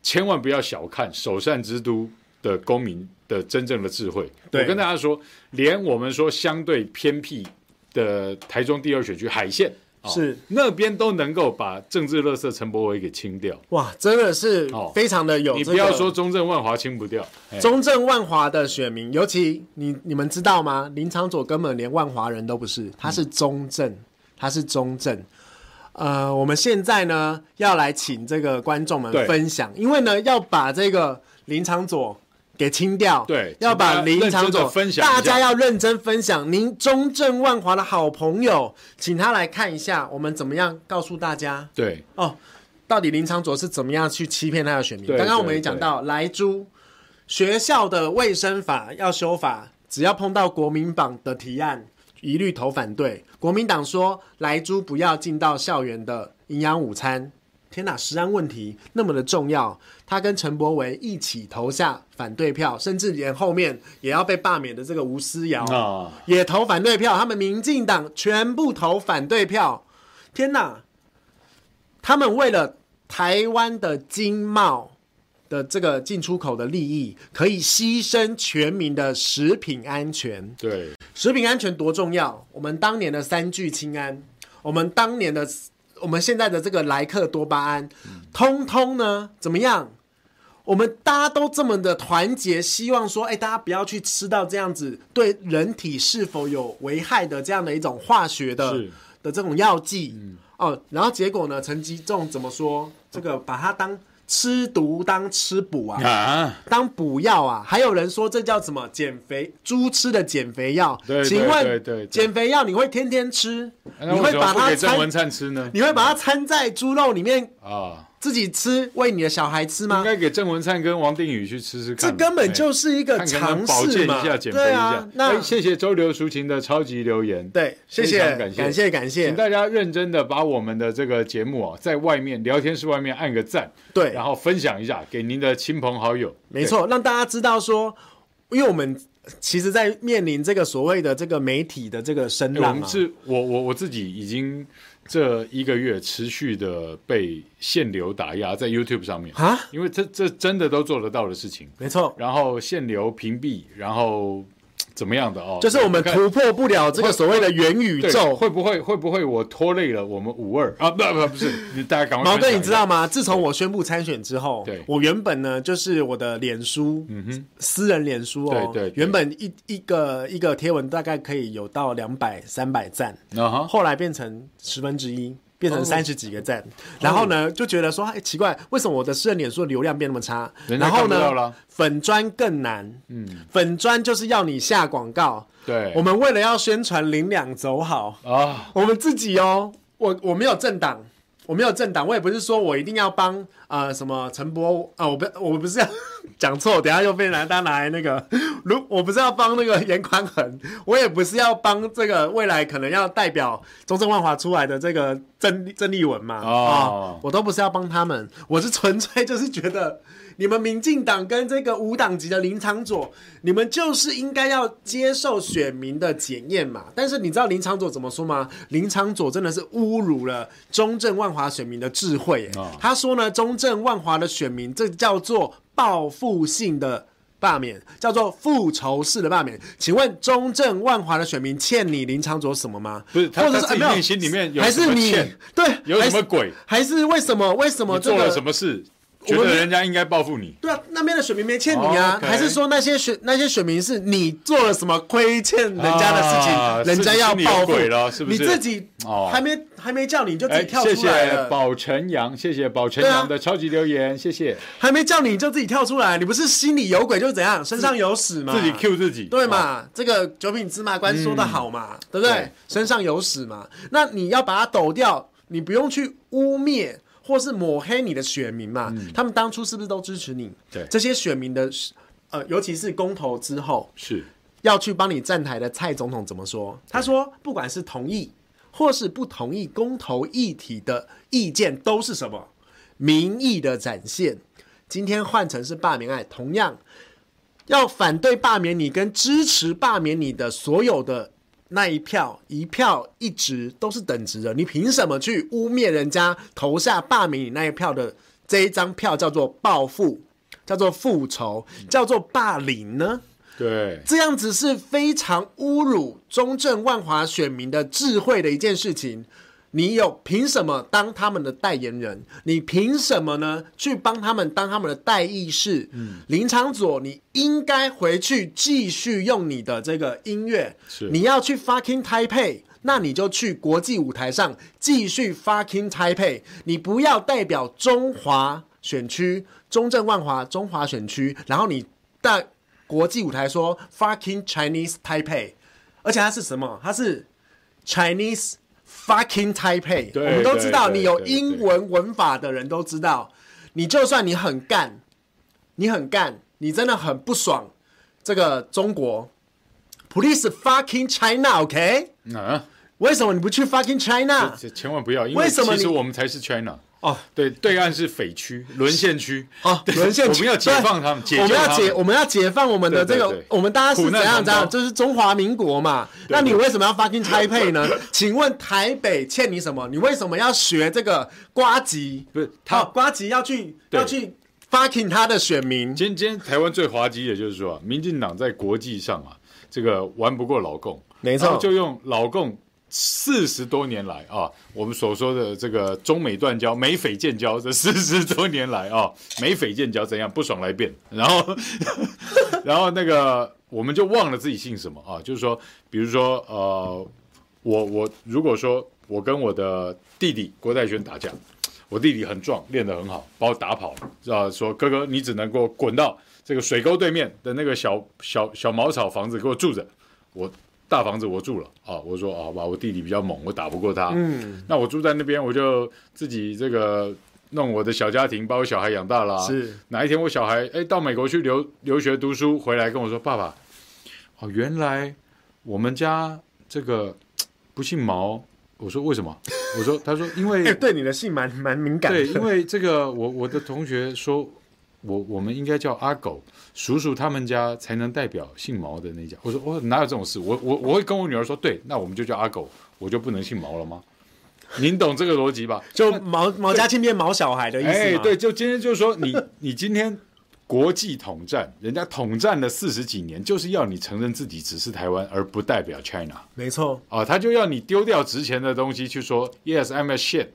Speaker 1: 千万不要小看首善之都的公民的真正的智慧。
Speaker 2: 对
Speaker 1: 我跟大家说，连我们说相对偏僻的台中第二选区海线。啊
Speaker 2: 是
Speaker 1: 那边都能够把政治垃圾陈柏惟给清掉，
Speaker 2: 哇，真的是
Speaker 1: 哦
Speaker 2: 非常的有、
Speaker 1: 你不要说中正万华清不掉，哎
Speaker 2: 中正万华的选民，尤其你你们知道吗？林长佐根本连万华人都不是，他是中正，他是中正。呃，我们现在呢要来请这个观众们
Speaker 1: 对
Speaker 2: 分享，因为呢要把这个林长佐给清掉，
Speaker 1: 对
Speaker 2: 要把
Speaker 1: 请大家
Speaker 2: 林
Speaker 1: 认
Speaker 2: 长
Speaker 1: 真地
Speaker 2: 总
Speaker 1: 分享一下
Speaker 2: 大家要认真分享。您中正万华的好朋友，请他来看一下，我们怎么样告诉大家
Speaker 1: 对
Speaker 2: 哦，到底林长佐是怎么样去欺骗他的选民？
Speaker 1: 对
Speaker 2: 刚刚我们
Speaker 1: 对
Speaker 2: 也讲到，莱猪学校的卫生法要修法，只要碰到国民党的提案，一律投反对。国民党说莱猪不要进到校园的营养午餐。天哪，食安问题那么的重要，他跟陈柏维一起投下反对票，甚至连后面也要被罢免的这个吴思瑶、
Speaker 1: 啊，
Speaker 2: 也投反对票，他们民进党全部投反对票。天哪！他们为了台湾的经贸的这个进出口的利益，可以牺牲全民的食品安全。
Speaker 1: 对
Speaker 2: 食品安全多重要！我们当年的三聚氰胺，我们当年的我们现在的这个莱克多巴胺，通通呢怎么样？我们大家都这么的团结，希望说，哎，大家不要去吃到这样子对人体是否有危害的这样的一种化学的
Speaker 1: 是
Speaker 2: 的这种药剂、哦。然后结果呢，陈吉仲怎么说？这个把它当吃毒当吃补啊，
Speaker 1: 啊，
Speaker 2: 当补药啊，还有人说这叫什么减肥猪吃的减肥药？
Speaker 1: 对对
Speaker 2: 请
Speaker 1: 对
Speaker 2: 问
Speaker 1: 对对哎
Speaker 2: 减肥药你会天天吃？
Speaker 1: 那
Speaker 2: 你
Speaker 1: 为
Speaker 2: 会
Speaker 1: 什
Speaker 2: 把
Speaker 1: 么不
Speaker 2: 它
Speaker 1: 给郑文
Speaker 2: 掺？
Speaker 1: 灿吃呢？
Speaker 2: 你会把它掺在猪肉里面
Speaker 1: 啊，
Speaker 2: 自己吃，喂你的小孩吃
Speaker 1: 应
Speaker 2: 吗？
Speaker 1: 该给郑文灿跟王定宇去吃吃
Speaker 2: 这
Speaker 1: 看嘛，
Speaker 2: 根本
Speaker 1: 哎
Speaker 2: 就是一 个
Speaker 1: 看看能
Speaker 2: 尝
Speaker 1: 保
Speaker 2: 试
Speaker 1: 健
Speaker 2: 嘛
Speaker 1: 一下，减肥
Speaker 2: 对
Speaker 1: 一
Speaker 2: 啊
Speaker 1: 下。。
Speaker 2: 那
Speaker 1: 哎谢谢周流抒情的超级留言，
Speaker 2: 对，谢
Speaker 1: 非
Speaker 2: 谢，
Speaker 1: 常感谢
Speaker 2: 感谢，感
Speaker 1: 请
Speaker 2: 谢。
Speaker 1: 大家认真的把我们的这个节目啊，在外面聊天室外面按个赞，
Speaker 2: 对
Speaker 1: 然，后分享一下给您的亲朋好友。
Speaker 2: 没错，让大家知道说，因为我们其实，在面临这个所谓的这个媒体的这个声
Speaker 1: 哎对，我
Speaker 2: 浪
Speaker 1: 们
Speaker 2: 啊，
Speaker 1: 是我我我自己已经这一个月持续的被限流打压在 YouTube 上面，
Speaker 2: 啊，
Speaker 1: 因为这这真的都做得到的事情。
Speaker 2: 没错，
Speaker 1: 然后限流屏蔽，然后怎么样的哦？
Speaker 2: 就是我们
Speaker 1: 看
Speaker 2: 突破不了这个所谓的元宇
Speaker 1: 对
Speaker 2: 宙，
Speaker 1: 会不会会不会我拖累了我们五二啊？不不不是， 你大家赶快
Speaker 2: 毛哥，
Speaker 1: 分享
Speaker 2: 你
Speaker 1: 一
Speaker 2: 知
Speaker 1: 下
Speaker 2: 道吗？自从我宣布参选之后，
Speaker 1: 对
Speaker 2: 我原本呢就是我的脸书，嗯哼，私人脸书哦，
Speaker 1: 对对对
Speaker 2: 原本一一个一个贴文大概可以有到两百三百赞，
Speaker 1: 啊哈？
Speaker 2: 后来变成十分之一。变
Speaker 1: 哦
Speaker 2: 成三十几个赞然后呢，就觉得说，哎，奇怪，为什么我的私人脸书的流量变那么差？
Speaker 1: 人家
Speaker 2: 然后
Speaker 1: 看不到
Speaker 2: 呢
Speaker 1: 了，
Speaker 2: 粉砖更难，嗯，粉砖就是要你下广告。
Speaker 1: 对
Speaker 2: 我们为了要宣传零两走好，
Speaker 1: 啊，
Speaker 2: 我们自己哦，我我没有政党，我没有政党，我也不是说我一定要帮呃什么陈波啊、我不我不是要 讲错，等一下又被拿大家拿来那个，如我不是要帮那个严宽恒，我也不是要帮这个未来可能要代表中正万华出来的这个郑郑立文嘛啊、
Speaker 1: 哦
Speaker 2: 我都不是要帮他们， 我是纯粹就是觉得你们民进党跟这个无党籍的林长佐，你们就是应该要接受选民的检验嘛。但是你知道林长佐怎么说吗？林长佐真的是侮辱了中正万华选民的智慧耶、
Speaker 1: 哦
Speaker 2: 他说呢，中正万华的选民，这叫做报复性的。罢免叫做复仇式的罢免，请问中正万华的选民欠你林长佐什么吗？
Speaker 1: 不是他
Speaker 2: 或
Speaker 1: 他
Speaker 2: 者是
Speaker 1: 自己
Speaker 2: 哎没有
Speaker 1: 内心里面有
Speaker 2: 还
Speaker 1: 什
Speaker 2: 是
Speaker 1: 么
Speaker 2: 你
Speaker 1: 欠
Speaker 2: 对
Speaker 1: 有
Speaker 2: 还
Speaker 1: 什
Speaker 2: 是
Speaker 1: 么鬼？
Speaker 2: 还是为什么？为什么、
Speaker 1: 你
Speaker 2: 这个、
Speaker 1: 做了什？么事？觉
Speaker 2: 我们
Speaker 1: 得人家应该报复你？
Speaker 2: 对啊，那边的选民没欠你啊，
Speaker 1: 哦，OK
Speaker 2: 还是说那些选那些选民是你做了什么亏欠人家的事情，
Speaker 1: 啊
Speaker 2: 人家要
Speaker 1: 是不是你有
Speaker 2: 报复
Speaker 1: 鬼了是不是
Speaker 2: 你自己
Speaker 1: 哦
Speaker 2: 还没、还没叫你你就自己
Speaker 1: 哎，
Speaker 2: 跳
Speaker 1: 谢
Speaker 2: 出来
Speaker 1: 谢
Speaker 2: 了，
Speaker 1: 宝晨阳，谢谢宝晨
Speaker 2: 对啊
Speaker 1: 阳的超级留言，谢谢
Speaker 2: 还没叫你你就自己跳出来，你不是心里有鬼就是怎样，身上有屎吗？
Speaker 1: 自己 Q 自己，
Speaker 2: 对
Speaker 1: 哦？嗯
Speaker 2: 嘛？这个九品芝麻官说的好嘛，对不对？
Speaker 1: 对
Speaker 2: 身上有屎嘛？那你要把它抖掉，你不用去污蔑或是抹黑你的选民嘛？他们当初是不是都支持你？
Speaker 1: 嗯对
Speaker 2: 这些选民的，呃，尤其是公投之后
Speaker 1: 是
Speaker 2: 要去帮你站台的蔡总统怎么说？他说，不管是同意或是不同意公投议题的意见，都是什么民意的展现。今天换成是罢免案，同样要反对罢免你跟支持罢免你的所有的那一票一票一直都是等值的，你凭什么去污蔑人家投下罢免你那一票的这一张票叫做报复，叫做复仇，叫做霸凌呢？
Speaker 1: 对，
Speaker 2: 这样子是非常侮辱中正万华选民的智慧的一件事情。你有凭什么当他们的代言人？你凭什么呢？去帮他们当他们的代议士？
Speaker 1: 嗯
Speaker 2: 林长佐，你应该回去继续用你的这个音乐。
Speaker 1: 是
Speaker 2: 你要去 fucking Taipei，那你就去国际舞台上继续 fucking Taipei。你不要代表中华选区、中正万华中华选区，然后你。大国际舞台说 “fucking Chinese Taipei”，而且它是什么？它是 Chinese fucking Taipei。
Speaker 1: 对
Speaker 2: 我们都知道，
Speaker 1: 对对
Speaker 2: 你有
Speaker 1: 对对
Speaker 2: 英文文法的人都知道，你就算你很干，你很干，你真的很不爽这个中国，Please fucking China，OK？、
Speaker 1: 啊，
Speaker 2: 为什么你不去 fucking China？
Speaker 1: 这千万不要，因为
Speaker 2: 为什么
Speaker 1: 其实
Speaker 2: 你
Speaker 1: 我们才是 China。
Speaker 2: 哦，
Speaker 1: 对，对岸是匪区、沦陷区。
Speaker 2: 哦，
Speaker 1: 对
Speaker 2: 沦陷
Speaker 1: 我
Speaker 2: 区，
Speaker 1: 们要解放他们，
Speaker 2: 对
Speaker 1: 解
Speaker 2: 我
Speaker 1: 救
Speaker 2: 们
Speaker 1: 他
Speaker 2: 要解，
Speaker 1: 们。
Speaker 2: 我们要解放我们的这
Speaker 1: 对对
Speaker 2: 个，
Speaker 1: 对
Speaker 2: 我们大家是
Speaker 1: 苦难
Speaker 2: 怎样
Speaker 1: 同
Speaker 2: 怎
Speaker 1: 胞
Speaker 2: 样，就是中华民国嘛。那你为什么要 fucking 拆配呢？请问台北欠你什么？你为什么要学这个瓜吉？
Speaker 1: 不是他
Speaker 2: 哦瓜吉要去
Speaker 1: 对
Speaker 2: 要去 fucking 他的选民，
Speaker 1: 今天今天台湾最滑稽的就是说、啊，民进党在国际上啊，这个玩不过老共，
Speaker 2: 没错
Speaker 1: 然后就用老共四十多年来啊，我们所说的这个中美断交、美匪建交，这四十多年来啊，美匪建交怎样不爽来辩，然后 然后那个我们就忘了自己姓什么啊，就是说，比如说呃，我我如果说我跟我的弟弟郭泰轩打架，我弟弟很壮，练得很好，把我打跑了，啊，说哥哥你只能给我滚到这个水沟对面的那个小小小茅草房子给我住着，我大房子我住了啊，我说啊好吧，我弟弟比较猛，我打不过他，嗯，那我住在那边我就自己这个。弄我的小家庭，把我小孩养大了啊、
Speaker 2: 是
Speaker 1: 哪一天我小孩哎到美国去留留学读书，回来跟我说爸爸，哦，原来我们家这个不姓毛。我说为什么？我说他说因为
Speaker 2: 哎 对你的性蛮蛮敏感的。
Speaker 1: 对，因为这个我我的同学说，我我们应该叫阿狗叔叔他们家才能代表姓毛的那一家。我说我哪有这种事？我我我会跟我女儿说，对，那我们就叫阿狗，我就不能姓毛了吗？您懂这个逻辑吧？
Speaker 2: 就 毛毛家庆变毛小孩的意思
Speaker 1: 哎，
Speaker 2: 嘛
Speaker 1: 对，，就今天就是说你 你今天国际统战，人家统战了四十几年，就是要你承认自己只是台湾，而不代表 China。
Speaker 2: 没错，
Speaker 1: 啊，他就要你丢掉值钱的东西去说 yes I'm a shit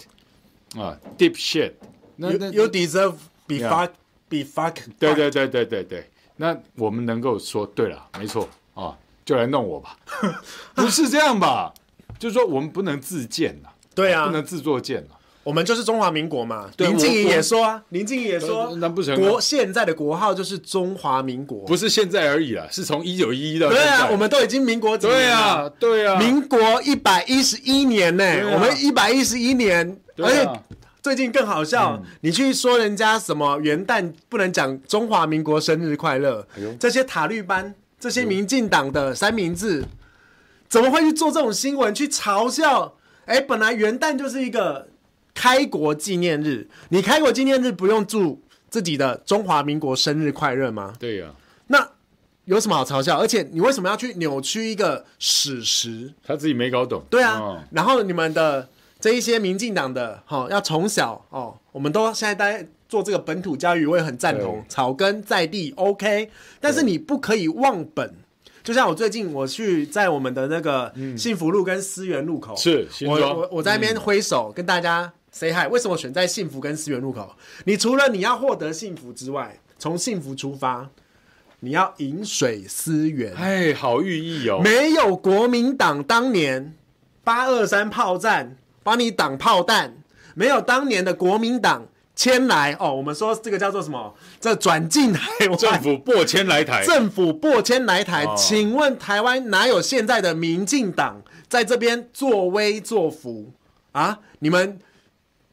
Speaker 1: 啊 deep shit，那
Speaker 2: You-
Speaker 1: 那
Speaker 2: you deserve be
Speaker 1: Yeah
Speaker 2: fuck be fuck。
Speaker 1: 对对对对对对，那我们能够说对了，没错啊，就来弄我吧， 不是这样吧？就是说我们不能自贱呐，
Speaker 2: 对啊
Speaker 1: 不能自作贱呐，
Speaker 2: 我们就是中华民国嘛。
Speaker 1: 对
Speaker 2: 林静怡
Speaker 1: 我
Speaker 2: 也说啊，林静怡也说
Speaker 1: 呃，那不成啊
Speaker 2: 国现在的国号就是中华民国。
Speaker 1: 不是现在而已啦，是从一九一一到
Speaker 2: 对
Speaker 1: 现
Speaker 2: 啊，
Speaker 1: 在
Speaker 2: 我们都已经民国几年
Speaker 1: 对
Speaker 2: 了
Speaker 1: 啊对啊，
Speaker 2: 民国一百一十一年呢、
Speaker 1: 啊
Speaker 2: 我们一百一十一年，
Speaker 1: 对啊嗯
Speaker 2: 而且最近更好笑，你去说人家什么元旦不能讲中华民国生日快乐，
Speaker 1: 哎
Speaker 2: 这些塔绿班，这些民进党的三明治，怎么会去做这种新闻去嘲笑？哎，本来元旦就是一个开国纪念日，你开国纪念日不用祝自己的中华民国生日快乐吗？
Speaker 1: 对呀、
Speaker 2: 那有什么好嘲笑？而且你为什么要去扭曲一个史实？
Speaker 1: 他自己没搞懂，
Speaker 2: 对啊，
Speaker 1: 嗯
Speaker 2: 然后你们的这一些民进党的，哈、要从小哦，我们都现在在做这个本土教育，我也很赞同
Speaker 1: 对，
Speaker 2: 草根在地 OK，但是你不可以忘本。就像我最近我去在我们的那个幸福路跟思源路口，
Speaker 1: 嗯是新
Speaker 2: 我
Speaker 1: 庄嗯
Speaker 2: 我我在那边挥手、跟大家 say hi。为什么选在幸福跟思源路口？你除了你要获得幸福之外，从幸福出发，你要饮水思源。
Speaker 1: 哎，好寓意哦，
Speaker 2: 没有国民党当年八二三炮战把你挡炮弹，没有当年的国民党迁来哦，我们说这个叫做什么？这转进台湾
Speaker 1: 政府破千来台，
Speaker 2: 政府拨迁来台，
Speaker 1: 哦
Speaker 2: 请问台湾哪有现在的民进党在这边作威作福啊？你们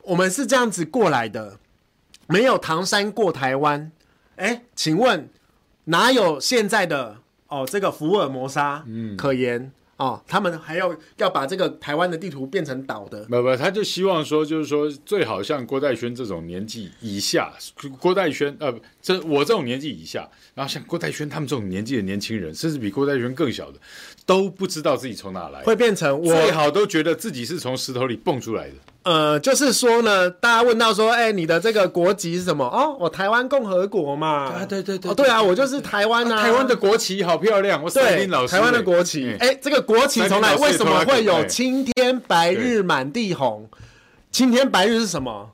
Speaker 2: 我们是这样子过来的，没有唐山过台湾。哎，请问哪有现在的哦这个福尔摩沙
Speaker 1: 嗯
Speaker 2: 可言、哦？他们还要要把这个台湾的地图变成岛的，
Speaker 1: 不不，他就希望说，就是说，最好像郭代轩这种年纪以下，郭代轩呃，不这我这种年纪以下，然后像郭代轩他们这种年纪的年轻人，甚至比郭代轩更小的，都不知道自己从哪来，
Speaker 2: 会变成我
Speaker 1: 最好都觉得自己是从石头里蹦出来的。
Speaker 2: 呃，就是说呢，大家问到说，哎、你的这个国籍是什么？哦，我台湾共和国嘛。
Speaker 1: 啊对对对
Speaker 2: 哦，对啊，我就是台湾啊。
Speaker 1: 台湾的国旗好漂亮，我赛
Speaker 2: 对
Speaker 1: 林老，师
Speaker 2: 台湾的国旗
Speaker 1: 哎，
Speaker 2: 哎、这个国旗从
Speaker 1: 三
Speaker 2: 来
Speaker 1: 林老师
Speaker 2: 为
Speaker 1: 也
Speaker 2: 什
Speaker 1: 从来
Speaker 2: 么
Speaker 1: 不
Speaker 2: 会有
Speaker 1: 哎
Speaker 2: 青天白日满地红？青天白日是什么？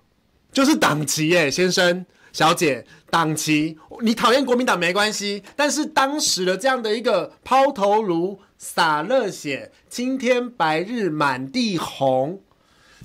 Speaker 2: 就是党旗耶，先生、小姐，党旗。你讨厌国民党没关系，但是当时的这样的一个抛头颅、洒热血、青天白日满地红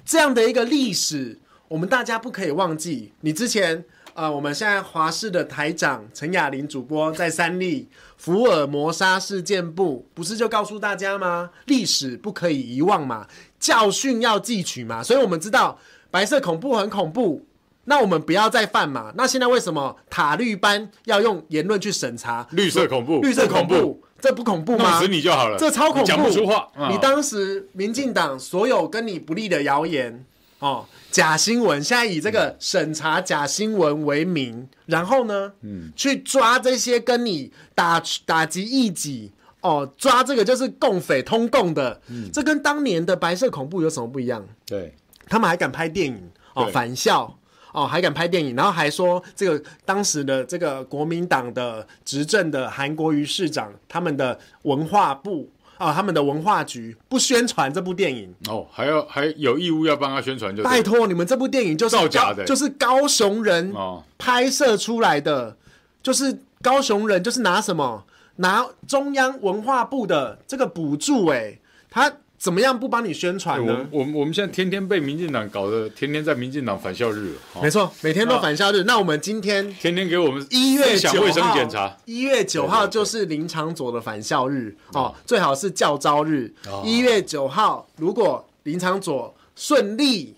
Speaker 2: 这样的一个历史，我们大家不可以忘记。你之前。呃，我们现在华视的台长陈雅玲主播在三立福尔摩沙事件部，不是就告诉大家吗？历史不可以遗忘嘛，教训要汲取嘛。所以我们知道白色恐怖很恐怖，那我们不要再犯嘛。那现在为什么塔绿班要用言论去审查
Speaker 1: 绿色恐怖，
Speaker 2: 绿色恐
Speaker 1: 不
Speaker 2: 怖？这不恐怖
Speaker 1: 弄
Speaker 2: 吗？
Speaker 1: 死你就好了，
Speaker 2: 这超恐怖，
Speaker 1: 你讲不出话。
Speaker 2: 你
Speaker 1: 嗯
Speaker 2: 当时民进党所有跟你不利的谣言，哦，假新闻，现在以这个审查假新闻为名，然后呢，嗯，去抓这些跟你打打击异己。哦，抓这个就是共匪通共的，
Speaker 1: 嗯
Speaker 2: 这跟当年的白色恐怖有什么不一样？
Speaker 1: 对，
Speaker 2: 他们还敢拍电影哦，
Speaker 1: 对
Speaker 2: 返校哦，还敢拍电影，然后还说这个当时的这个国民党的执政的韩国瑜市长，他们的文化部啊、哦他们的文化局不宣传这部电影。
Speaker 1: 哦，还要还有义务要帮他宣传，就
Speaker 2: 拜
Speaker 1: 对
Speaker 2: 托你们，这部电影就是
Speaker 1: 造假
Speaker 2: 高
Speaker 1: 的
Speaker 2: 就是高雄人
Speaker 1: 哦，
Speaker 2: 拍摄出来的，就是高雄人就是拿什么拿中央文化部的这个补助、哎，他怎么样不帮你宣
Speaker 1: 哎
Speaker 2: 传
Speaker 1: 我
Speaker 2: 呢？
Speaker 1: 们我们我们现在天天被民进党搞得，天天在民进党返校日，哦
Speaker 2: 没错，每天都反校日。那我们今天
Speaker 1: 天天给我们
Speaker 2: 一月
Speaker 1: 思
Speaker 2: 九
Speaker 1: 想
Speaker 2: 号，
Speaker 1: 卫生检查，
Speaker 2: 一月九号
Speaker 1: 对对嗯对
Speaker 2: 就是林长佐的返校日哦，最好是教招日。
Speaker 1: 哦
Speaker 2: 一月九号，如果林长佐顺利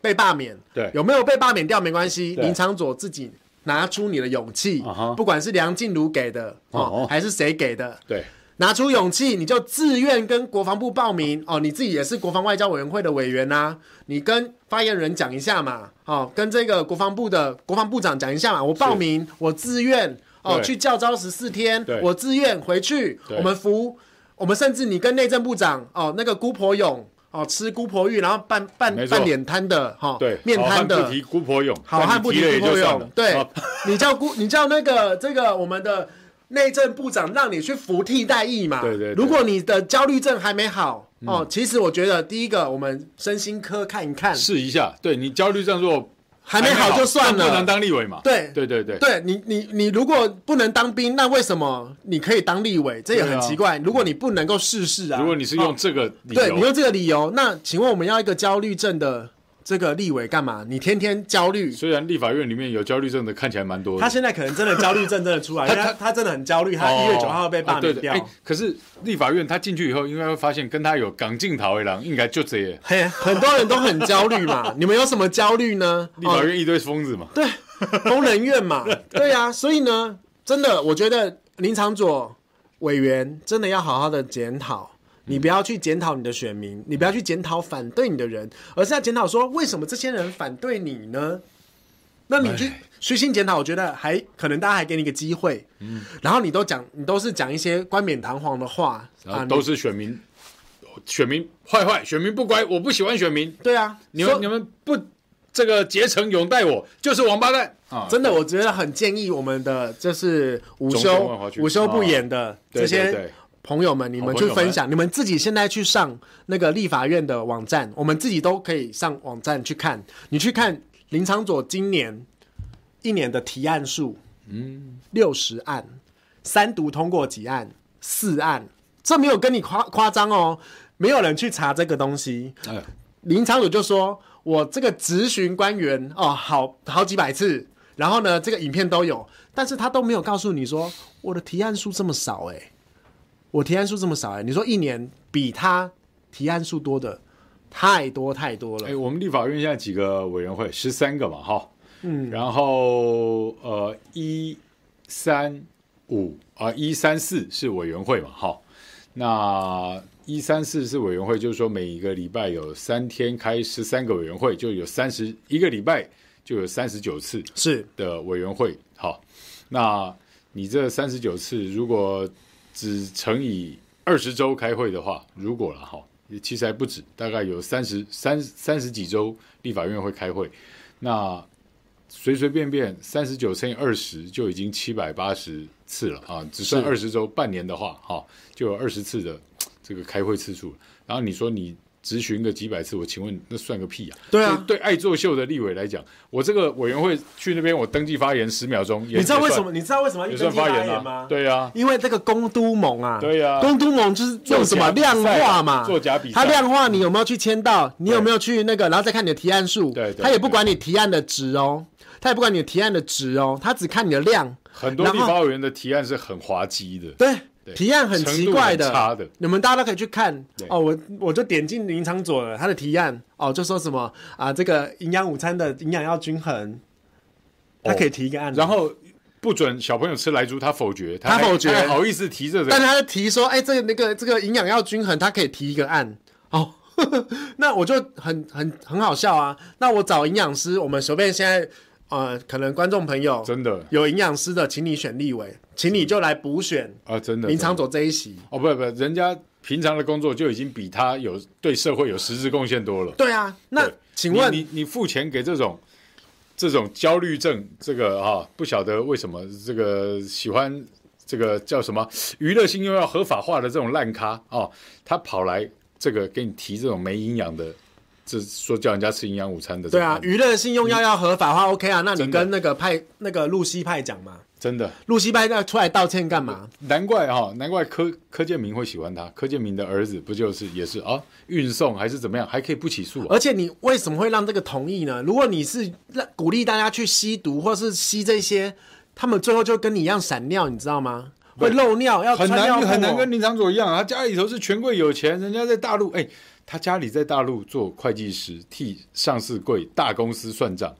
Speaker 2: 被罢免，
Speaker 1: 对
Speaker 2: 有没有被罢免掉没关系，
Speaker 1: 对
Speaker 2: 林长佐自己拿出你的勇气
Speaker 1: 啊哈，
Speaker 2: 不管是梁静茹给的
Speaker 1: 哦
Speaker 2: 哦
Speaker 1: 哦，
Speaker 2: 还是谁给的，
Speaker 1: 对，
Speaker 2: 拿出勇气，你就自愿跟国防部报名哦。你自己也是国防外交委员会的委员呐、你跟发言人讲一下嘛，哦，跟这个国防部的国防部长讲一下嘛，我报名，我自愿哦，
Speaker 1: 对
Speaker 2: 去教招十四天
Speaker 1: 对，
Speaker 2: 我自愿回去，
Speaker 1: 对
Speaker 2: 我们服，我们甚至你跟内政部长哦，那个姑婆勇哦，吃姑婆芋，然后半半
Speaker 1: 没错
Speaker 2: 半脸瘫的哈，哦
Speaker 1: 对，
Speaker 2: 面
Speaker 1: 好
Speaker 2: 瘫
Speaker 1: 汉
Speaker 2: 的
Speaker 1: 不，提姑婆勇，
Speaker 2: 好汉不提
Speaker 1: 但你提了也
Speaker 2: 不破
Speaker 1: 就算
Speaker 2: 勇
Speaker 1: 了，，
Speaker 2: 对
Speaker 1: 哦，
Speaker 2: 你叫顾，你叫那个这个我们的内政部长让你去服替代役嘛。
Speaker 1: 对对对嗯
Speaker 2: 如果你的焦虑症还没好哦，其实我觉得第一个我们身心科看一看，
Speaker 1: 试一下，对你焦虑症弱
Speaker 2: 还没好就算
Speaker 1: 但不能
Speaker 2: 了。
Speaker 1: 当立委嘛，
Speaker 2: 对
Speaker 1: 对对对，
Speaker 2: 对你，你你如果不能当兵，那为什么你可以当立委？这也
Speaker 1: 对
Speaker 2: 很
Speaker 1: 啊
Speaker 2: 奇怪。如果你不能够试试啊，
Speaker 1: 如果你是
Speaker 2: 哦
Speaker 1: 用这个理
Speaker 2: 对你
Speaker 1: 由，
Speaker 2: 用这个理由，那请问我们要一个焦虑症的这个立委干嘛？你天天焦虑，
Speaker 1: 虽然立法院里面有焦虑症的看起来蛮多的
Speaker 2: 他，现在可能真的焦虑症真的出来，因 为他他真的很焦虑，他一月九号被罢
Speaker 1: 哦对
Speaker 2: 免
Speaker 1: 的
Speaker 2: 掉
Speaker 1: 哎，可是立法院他进去以后，应该会发现跟他有港进桃一郎，应该就这样。
Speaker 2: 嘿，哎很 多人都很焦虑嘛。你们有什么焦虑呢？
Speaker 1: 立法
Speaker 2: 哦，
Speaker 1: 院一堆疯子嘛，
Speaker 2: 对，工人 院嘛，对啊，所以呢，真的，我觉得林长佐委员真的要好好的检讨。你不要去检讨你的选
Speaker 1: 嗯
Speaker 2: 民，你不要去检讨反对你的人，而是要检讨说为什么这些人反对你呢？那你去虚心检讨，我觉得还可能大家还给你一个机会，嗯，然后你都讲，你都是讲一些冠冕堂皇的话
Speaker 1: 然
Speaker 2: 啊，
Speaker 1: 后
Speaker 2: 你
Speaker 1: 都是选民，选民坏坏，选民不乖，我不喜欢选民，
Speaker 2: 对啊，
Speaker 1: 你
Speaker 2: 说
Speaker 1: 们你们不这个竭诚拥戴我，就是王八蛋啊！
Speaker 2: 真的，我觉得很建议我们的就是午
Speaker 1: 中间
Speaker 2: 休
Speaker 1: 万华区
Speaker 2: 午休不演的
Speaker 1: 对对
Speaker 2: 这些
Speaker 1: 对
Speaker 2: 朋友们，你们
Speaker 1: 好
Speaker 2: 去
Speaker 1: 朋友们
Speaker 2: 分享，你们自己现在去上那个立法院的网站，我们自己都可以上网站去看。你去看林长佐今年一年的提案数，嗯，六十案，三读通过几案，四案，这没有跟你夸夸张哦，没有人去查这个东西，
Speaker 1: 哎，
Speaker 2: 林长佐就说：“我这个质询官员哦，好好几百次，然后呢，这个影片都有，但是他都没有告诉你说我的提案数这么少、欸，我提案数这么少、欸，你说一年比他提案数多的太多太多了，
Speaker 1: 哎，我们立法院现在几个委员会，十三个嘛，哈，嗯，然后呃，一三五啊，一三四是委员会嘛，哈，那一三四是委员会，就是说每一个礼拜有三天开十三个委员会，就有三十一个礼拜就有三十九次，
Speaker 2: 是
Speaker 1: 的委员会。好，那你这三十九次如果只乘以二十周开会的话，如果了哈，其实还不止，大概有三十三三十几周立法院会开会。那随随便便三十九乘以二十就已经七百八十次了啊！只剩二十周，半年的话，哈、就有二十次的这个开会次数了。然后你说你咨询个几百次，我请问那算个屁呀、
Speaker 2: 对啊
Speaker 1: 所以对爱作秀的立委来讲，我这个委员会去那边，我登记发言十秒钟，你
Speaker 2: 你知道为什么？你知道为什么要
Speaker 1: 也
Speaker 2: 一根
Speaker 1: 算
Speaker 2: 筋
Speaker 1: 发
Speaker 2: 发
Speaker 1: 言
Speaker 2: 言
Speaker 1: 啊
Speaker 2: 吗？？
Speaker 1: 对啊，
Speaker 2: 因为这个公都盟啊，
Speaker 1: 对啊
Speaker 2: 公都盟就是用什么
Speaker 1: 作假
Speaker 2: 量
Speaker 1: 比赛
Speaker 2: 化嘛，
Speaker 1: 作假比赛
Speaker 2: 他量化你有没有去签到，你有没有去那个，然后再看你的提案数，
Speaker 1: 对对
Speaker 2: 他也不管你提案的值哦，他也不管你的提案的值哦，他只看你的量。
Speaker 1: 很多
Speaker 2: 然
Speaker 1: 立
Speaker 2: 后
Speaker 1: 法委员的提案是很滑稽的，
Speaker 2: 对，
Speaker 1: 对
Speaker 2: 提案很奇怪
Speaker 1: 程度很差的
Speaker 2: 你们大家都可以去看
Speaker 1: 对
Speaker 2: 哦。我我就点进林场佐了他的提案哦，就说什么啊，这个营养午餐的营养要均衡，他可以提一个案子，
Speaker 1: 然后不准小朋友吃莱猪，他否决，
Speaker 2: 他
Speaker 1: 还
Speaker 2: 否决
Speaker 1: 他还好意思提这
Speaker 2: 但
Speaker 1: 个，
Speaker 2: 他提说，哎、这个那个这个营养要均衡，他可以提一个案哦。 那我就很很很好笑啊。那我找营养师，我们随便现在呃，可能观众朋友
Speaker 1: 真的
Speaker 2: 有营养师的，请你选立委，请你就来补选
Speaker 1: 啊，真的
Speaker 2: 林长佐这一席。
Speaker 1: 哦，不不，人家平常的工作就已经比他有对社会有实质贡献多了。
Speaker 2: 对啊，那
Speaker 1: 对
Speaker 2: 请问
Speaker 1: 你你你付钱给这种这种焦虑症，这个啊，不晓得为什么这个喜欢这个叫什么娱乐性又要合法化的这种烂咖哦，他跑来这个给你提这种没营养的，这说叫人家吃营养午餐的这
Speaker 2: 对
Speaker 1: 种案
Speaker 2: 啊
Speaker 1: 子，，
Speaker 2: 娱乐性用药要合法化，OK 啊？那你
Speaker 1: 真的
Speaker 2: 跟那个派那个露西派讲嘛，
Speaker 1: 真的
Speaker 2: 露西派要出来道歉干嘛？
Speaker 1: 难怪哈、难怪柯柯建明会喜欢他，柯建明的儿子不就是也是啊，运送还是怎么样，还可以不起诉、啊，
Speaker 2: 而且你为什么会让这个同意呢？如果你是让鼓励大家去吸毒或是吸这些，他们最后就跟你一样闪尿，你知道吗？会漏尿，要
Speaker 1: 很
Speaker 2: 穿尿
Speaker 1: 难
Speaker 2: 布哦
Speaker 1: 很难跟林长佐一样啊，他家里头是权贵有钱，人家在大陆，哎、他家里在大陆做会计师，替上市贵大公司算账，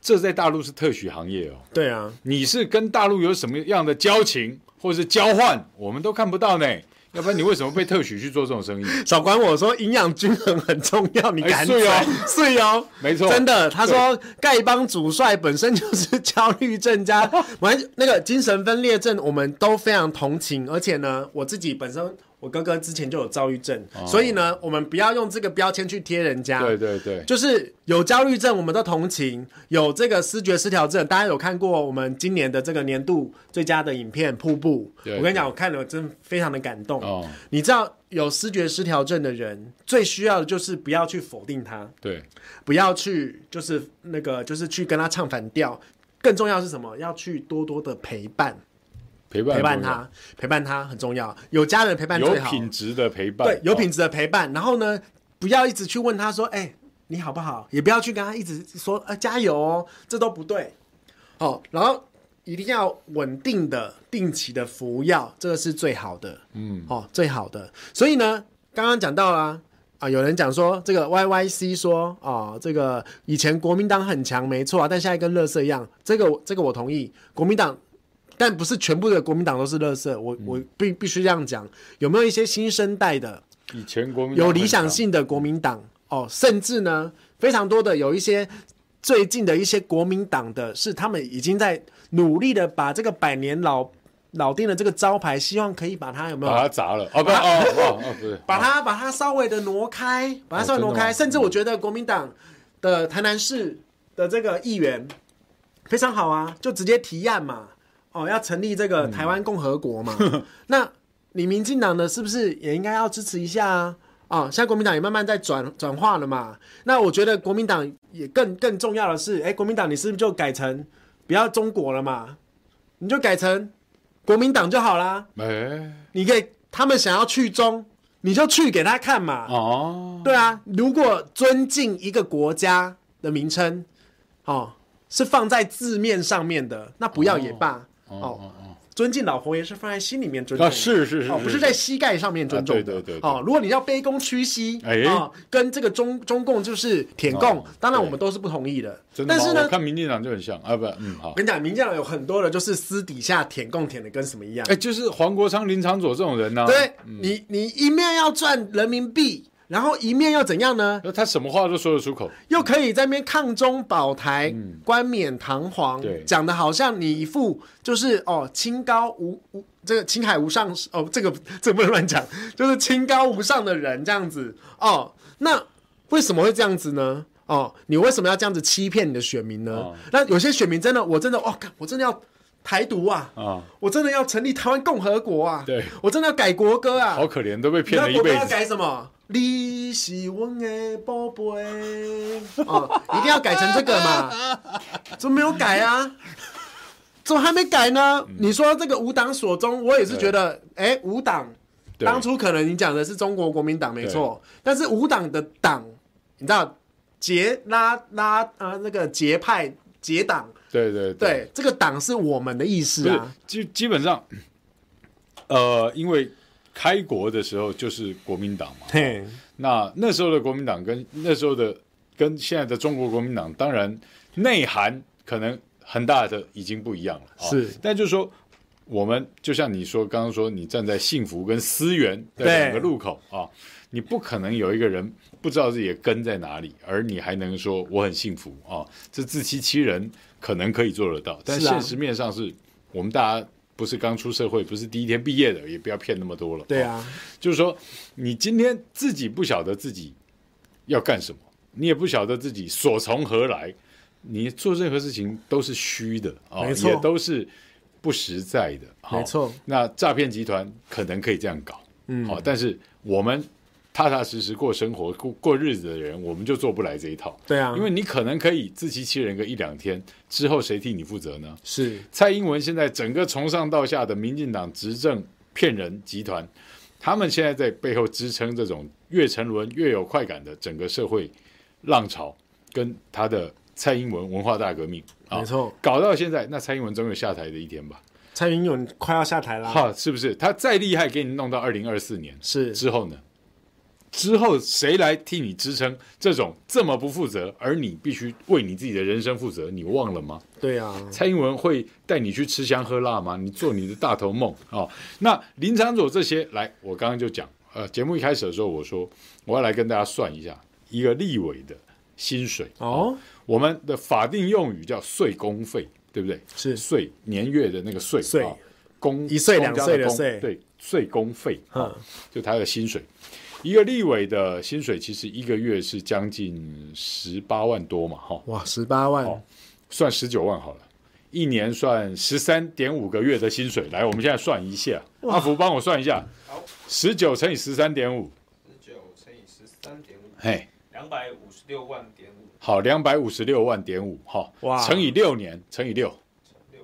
Speaker 1: 这在大陆是特许行业哦。
Speaker 2: 对啊，
Speaker 1: 你是跟大陆有什么样的交情或是交换，我们都看不到呢。要不然你为什么被特许去做这种 生意？
Speaker 2: 少管我说营养均衡很重要，你
Speaker 1: 哎
Speaker 2: 敢
Speaker 1: 是哦
Speaker 2: 讲是哦，
Speaker 1: 没错
Speaker 2: 真的。他说丐帮主帅本身就是焦虑 症加完那个精神分裂症，我们都非常同情。而且呢，我自己本身我哥哥之前就有躁郁症，所以呢，我们不要用这个标签去贴人家。
Speaker 1: 哦对对对，
Speaker 2: 就是有焦虑症，我们都同情；有这个视觉失调症，大家有看过我们今年的这个年度最佳的影片《瀑布》？
Speaker 1: 对
Speaker 2: 我跟你讲，我看了真非常的感动。
Speaker 1: 哦，
Speaker 2: 你知道有视觉失调症的人最需要的就是不要去否定他，
Speaker 1: 对，
Speaker 2: 不要去就是那个就是去跟他唱反调。更重要的是什么？要去多多的陪伴，
Speaker 1: 陪伴
Speaker 2: 陪伴
Speaker 1: 很重要，
Speaker 2: 他，陪伴他很重要。有家人陪伴最
Speaker 1: 有
Speaker 2: 好，
Speaker 1: 品质的陪伴，
Speaker 2: 对，有
Speaker 1: 哦
Speaker 2: 品质的陪伴。然后呢，不要一直去问他说：“哎、你好不好？”也不要去跟他一直说：“呃，加油哦，这都不对。”哦，然后一定要稳定的、定期的服药，这个是最好的。嗯，哦，最好的。所以呢，刚刚讲到啦、啊。有人讲说这个 YYC 说哦，这个以前国民党很强，没错啊，但现在跟乐色一样，这个我这个我同意，国民党但不是全部的国民党都是垃圾，我我必必须这样讲。有没有一些新生代的
Speaker 1: 以前国民党
Speaker 2: 有理
Speaker 1: 很
Speaker 2: 想
Speaker 1: 强，
Speaker 2: 性的国民党哦？甚至呢，非常多的有一些最近的一些国民党的是他们已经在努力的把这个百年老老店的这个招牌，希望可以把它有没有
Speaker 1: 把他砸了， 哦不，哦哦哦，不是，哦
Speaker 2: 把它把它稍微的挪开，把它稍微挪
Speaker 1: 真的
Speaker 2: 开，
Speaker 1: 吗
Speaker 2: 甚至我觉得国民党的台南市的这个议员非常好啊，就直接提案嘛，哦，要成立这个
Speaker 1: 嗯
Speaker 2: 台湾共和国 嘛。那你民进党呢，是不是也应该要支持一下啊？啊、现在国民党也慢慢在转转化了嘛。那我觉得国民党也更更重要的是，哎、国民党你是不是就改成不要中国了嘛？你就改成国民党就好啦。
Speaker 1: 哎，
Speaker 2: 你可以，他们想要去中，你就去给他看嘛。
Speaker 1: 哦，
Speaker 2: 对啊，如果尊敬一个国家的名称，哦，是放在字面上面的，那不要也罢。哦，尊敬老佛爷是放在心里面尊重
Speaker 1: 啊
Speaker 2: 的，
Speaker 1: 是是是
Speaker 2: 哦，不
Speaker 1: 是
Speaker 2: 是在膝盖上面尊重的。
Speaker 1: 啊对对对对
Speaker 2: 哦，如果你要卑躬屈膝，
Speaker 1: 哎
Speaker 2: 哦，跟这个中中共就是舔共，
Speaker 1: 哦
Speaker 2: 当然
Speaker 1: 对
Speaker 2: 我们都是不同意的。
Speaker 1: 真的
Speaker 2: 但
Speaker 1: 吗
Speaker 2: 是
Speaker 1: 我
Speaker 2: 呢，
Speaker 1: 看民进党就很像啊，不，嗯，好
Speaker 2: 我。跟你讲，民进党有很多的，就是私底下舔共舔的跟什么一样
Speaker 1: 哎、。就是黄国昌、林长佐这种人呢、
Speaker 2: 对你，你一面要赚人民币，然后一面要怎样呢？
Speaker 1: 那他什么话都说得出口，
Speaker 2: 又可以在那边抗中保台，冠冕堂皇
Speaker 1: 嗯对，
Speaker 2: 讲的好像你一副就是哦清高无无这个青海无上哦，这个这个不能乱讲，就是清高无上的人这样子哦。那为什么会这样子呢？哦，你为什么要这样子欺骗你的选民呢？
Speaker 1: 哦
Speaker 2: 那有些选民真的，我真的哦，干我真的要台独啊，
Speaker 1: 啊
Speaker 2: 我真的要成立台湾共和国啊，
Speaker 1: 对
Speaker 2: 我真的要改国歌啊，
Speaker 1: 好可怜，都被
Speaker 2: 你知
Speaker 1: 骗
Speaker 2: 道
Speaker 1: 了一
Speaker 2: 国歌
Speaker 1: 辈
Speaker 2: 要
Speaker 1: 子。
Speaker 2: 改什么？你是我的宝贝，哦，一定要改成这个嘛？怎么没有改啊？怎么还没改呢？你说这个五党所中，我也是觉得，哎，五党
Speaker 1: 嗯对
Speaker 2: 当初可能你讲的是中国国民党没错，但是五党的党，你知道结拉拉呃那个结派结党。
Speaker 1: 对对
Speaker 2: 对，这个党是我们的意思
Speaker 1: 不是
Speaker 2: 啊。
Speaker 1: 基基本上，呃，因为开国的时候就是国民党嘛，
Speaker 2: 嘿，
Speaker 1: 那那时候的国民党跟那时候的跟现在的中国国民党，当然内涵可能很大的已经不一样了。啊
Speaker 2: 是
Speaker 1: 但就是说，我们就像你说刚刚说，你站在幸福跟思源的
Speaker 2: 对
Speaker 1: 两个路口啊，你不可能有一个人不知道自己的根在哪里，而你还能说我很幸福啊，这自欺欺人可能可以做得到，但
Speaker 2: 是啊
Speaker 1: 现实面上是我们大家。不是刚出社会，不是第一天毕业的，也不要骗那么多了。
Speaker 2: 对
Speaker 1: 啊
Speaker 2: 啊，
Speaker 1: 就是说，你今天自己不晓得自己要干什么，你也不晓得自己所从何来，你做任何事情都是虚的啊，
Speaker 2: 没错
Speaker 1: 也都是不实在的。好
Speaker 2: 没错
Speaker 1: 那诈骗集团可能可以这样搞，嗯，好，但是我们踏踏实实过生活、过过日子的人，我们就做不来这一套。
Speaker 2: 对啊，
Speaker 1: 因为你可能可以自欺欺人个一两天，之后谁替你负责呢？
Speaker 2: 是
Speaker 1: 蔡英文现在整个从上到下的民进党执政骗人集团，他们现在在背后支撑这种越沉沦越有快感的整个社会浪潮，跟他的蔡英文文化大革命啊
Speaker 2: 没，错，
Speaker 1: 搞到现在，那蔡英文总有下台的一天吧？
Speaker 2: 蔡英文快要下台啦。
Speaker 1: 哈、是不是？他再厉害，给你弄到二零二四年
Speaker 2: 是
Speaker 1: 之后呢？之后谁来替你支撑这种这么不负责，而你必须为你自己的人生负责？你忘了吗？
Speaker 2: 对啊，
Speaker 1: 蔡英文会带你去吃香喝辣吗？你做你的大头梦哦。那林长佐这些，来，我刚刚就讲，呃，节目一开始的时候我说，我要来跟大家算一下一个立委的薪水
Speaker 2: 哦，
Speaker 1: 我们的法定用语叫岁工费，对不对？
Speaker 2: 是
Speaker 1: 岁年月的那个岁，
Speaker 2: 岁
Speaker 1: 哦工
Speaker 2: 一岁
Speaker 1: 公
Speaker 2: 两
Speaker 1: 家
Speaker 2: 岁的
Speaker 1: 工
Speaker 2: 岁
Speaker 1: 对，岁工费啊、
Speaker 2: 嗯，
Speaker 1: 就他的薪水。一个立委的薪水其实一个月是将近十八万多嘛，哦哈、
Speaker 2: 哇，十八万，
Speaker 1: 算十九万好了，一年算十三点五个月的薪水。来，我们现在算一下，阿福帮我算一下，十九乘以十三点五，
Speaker 3: 十九乘以十三点五，
Speaker 1: 嘿，
Speaker 3: 两百五十六万点五
Speaker 1: 好，两百五十六万点五，哈
Speaker 2: 哇，
Speaker 1: 乘以六年，乘以六，
Speaker 3: 乘六，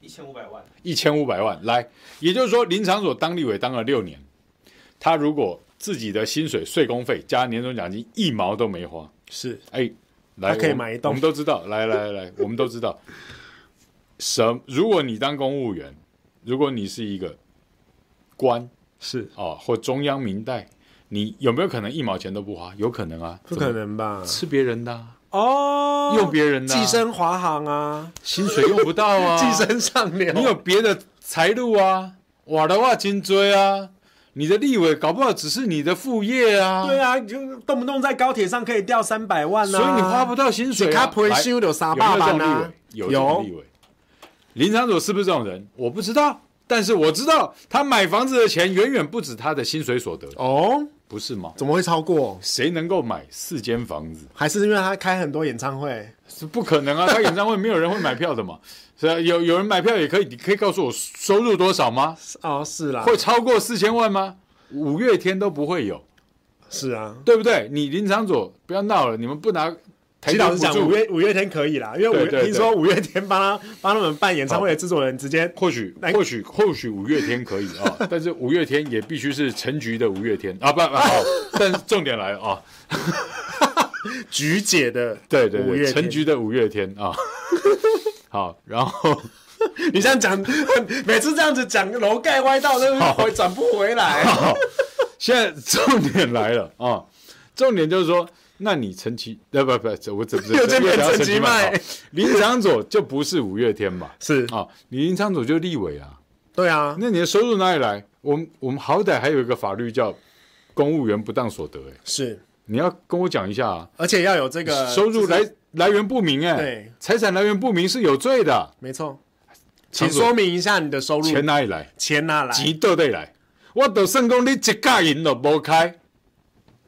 Speaker 3: 一千五百万。？
Speaker 1: 一千五百万。来，也就是说，林长所当立委当了六年，他如果自己的薪水、税工费加年终奖金一毛都没花，
Speaker 2: 是
Speaker 1: 哎，来，
Speaker 2: 他可以
Speaker 1: 我们
Speaker 2: 买一栋
Speaker 1: 我们都知道，来来来，我们都知道，什？如果你当公务员，如果你是一个官
Speaker 2: 是，
Speaker 1: 啊，或中央明代，你有没有可能一毛钱都不花？有可能啊，
Speaker 2: 不可
Speaker 1: 怎么
Speaker 2: 能吧？
Speaker 1: 吃别人的啊、
Speaker 2: 哦，
Speaker 1: 用别人的啊、
Speaker 2: 寄生华航啊，
Speaker 1: 薪水用不到 啊，
Speaker 2: 寄生上流，
Speaker 1: 你有别的财路啊，我的话金追啊，你的立委搞不好只是你的副业啊，
Speaker 2: 对啊，你就动不动在高铁上可以掉三百万啊，
Speaker 1: 所以你花不到薪水、
Speaker 2: 他
Speaker 1: 啊。
Speaker 2: 不会
Speaker 1: 来
Speaker 2: 修的傻爸爸呢？
Speaker 1: 有没有这种立委？有这种立委。林长佐是不是这种人？我不知道，但是我知道他买房子的钱远远不止他的薪水所得，
Speaker 2: 哦，
Speaker 1: 不是吗？
Speaker 2: 怎么会超过？
Speaker 1: 谁能够买四间房子？
Speaker 2: 还是因为他开很多演唱会？
Speaker 1: 是不可能啊！他演唱会没有人会买票的嘛，是啊，有有人买票也可以，你可以告诉我收入多少吗？
Speaker 2: 哦，是啦，
Speaker 1: 会超过四千万吗？五月天都不会有，
Speaker 2: 是啊。
Speaker 1: 对不对？你林长佐不要闹了，你们不拿台
Speaker 2: 其实
Speaker 1: 独
Speaker 2: 老实
Speaker 1: 补
Speaker 2: 讲，
Speaker 1: 助
Speaker 2: 五月五月天可以啦，因为五
Speaker 1: 对
Speaker 2: 月
Speaker 1: 对对
Speaker 2: 听说五月天帮他帮他们办演唱会的制作人直接
Speaker 1: 或许
Speaker 2: 来
Speaker 1: 或许或许五月天可以啊， 但是五月天也必须是陈局的五月天啊，不不好，但是重点来了 啊，
Speaker 2: 菊姐的
Speaker 1: 对对
Speaker 2: 五月
Speaker 1: 对，
Speaker 2: 天
Speaker 1: 陈局的五月天啊， 好，然后
Speaker 2: 你这样讲， 每次这样子讲楼盖歪到，那个回转不回来。
Speaker 1: 现在重点来了啊，重点就是说，那你陈其呃不不，这我怎么
Speaker 2: 又在变
Speaker 1: 聊
Speaker 2: 陈
Speaker 1: 陈
Speaker 2: 其
Speaker 1: 其
Speaker 2: 迈
Speaker 1: 迈？好林长佐就不是五月天嘛，
Speaker 2: 是，
Speaker 1: 啊，你林长佐就立委啊，
Speaker 2: 对啊，
Speaker 1: 那你的收入哪里来？我们我们好歹还有一个法律叫公务员不当所得、欸，
Speaker 2: 是，
Speaker 1: 你要跟我讲一下啊。
Speaker 2: 而且要有这个
Speaker 1: 收入，
Speaker 2: 呃就是
Speaker 1: 来来源不明，哎
Speaker 2: 对，
Speaker 1: 财产来源不明是有罪的，
Speaker 2: 没错，请
Speaker 1: 常总
Speaker 2: 说哎明一下你的收入
Speaker 1: 钱啊哪里来？
Speaker 2: 钱哪来？
Speaker 1: 钱倒底来？我都算讲你一家银都无开，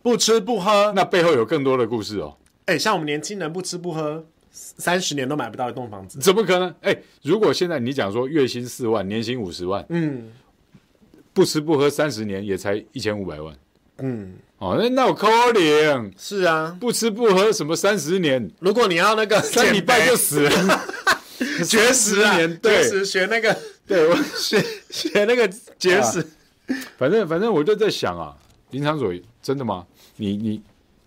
Speaker 2: 不吃不喝，
Speaker 1: 那背后有更多的故事哦，
Speaker 2: 哎、像我们年轻人不吃不喝，三十年都买不到一栋房子。
Speaker 1: 怎么可能？哎，如果现在你讲说月薪四万，年薪五十万，
Speaker 2: 嗯，
Speaker 1: 不吃不喝三十年也才一千五百万，
Speaker 2: 嗯，
Speaker 1: 哦，那那我扣零，
Speaker 2: 是啊，
Speaker 1: 不吃不喝什么三十年，
Speaker 2: 如果你要那个
Speaker 1: 三礼拜就死了，
Speaker 2: 绝食啊，
Speaker 1: 年
Speaker 2: 绝
Speaker 1: 对啊
Speaker 2: 食学那个
Speaker 1: 对我。
Speaker 2: 学学那个绝食，
Speaker 1: 啊反正反正我就在想啊，林长佐真的吗？你你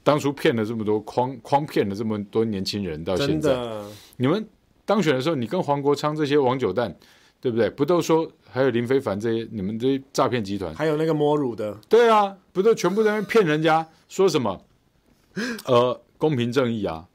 Speaker 1: 当初骗了这么多，诓诓骗了这么多年轻人，到现
Speaker 2: 真
Speaker 1: 在
Speaker 2: 的
Speaker 1: 你们当选的时候，你跟黄国昌这些王九蛋，对不对？不都说还有林非凡这些，你们这些诈骗集团，
Speaker 2: 还有那个摸乳的，
Speaker 1: 对啊，不都全部在那边骗人家，说什么呃公平正义啊，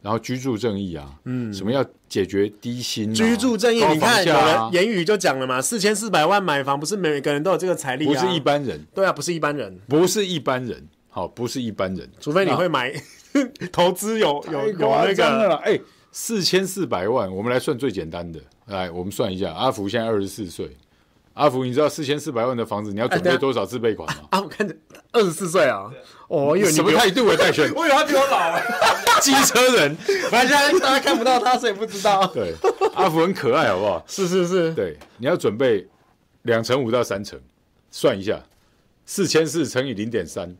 Speaker 1: 然后居住正义啊，嗯，什么要解决低薪、啊、
Speaker 2: 居住正义，你
Speaker 1: 高房
Speaker 2: 看有
Speaker 1: 价啊
Speaker 2: 人言语就讲了嘛，四千四百万买房，不是每个人都有这个财力
Speaker 1: 不
Speaker 2: 啊，
Speaker 1: 是一般人，
Speaker 2: 对啊，不是一般人，
Speaker 1: 不是一般人，好、不是一般人，
Speaker 2: 除非你
Speaker 1: 那
Speaker 2: 会买投资有有哎有啊
Speaker 1: 夸
Speaker 2: 那
Speaker 1: 张了
Speaker 2: 个，
Speaker 1: 啦，哎，四千四百万，我们来算最简单的，来，我们算一下，阿福现在二十四岁，阿福，你知道四千四百万的房子你要准
Speaker 2: 哎等
Speaker 1: 备
Speaker 2: 下
Speaker 1: 多少自备款 吗？
Speaker 2: 啊，我看着二十四岁啊，哦，我以为你
Speaker 1: 什么
Speaker 2: 比我
Speaker 1: 态度啊，戴 轩
Speaker 3: 我以为他比我老
Speaker 1: 啊
Speaker 3: 哎，
Speaker 1: 机车人，
Speaker 2: 反正现在大家看不到他，所以不知道。
Speaker 1: 对，阿福很可爱，好不好？
Speaker 2: 是是是，
Speaker 1: 对，你要准备两成五到三成，算一下，四千四乘以零点三，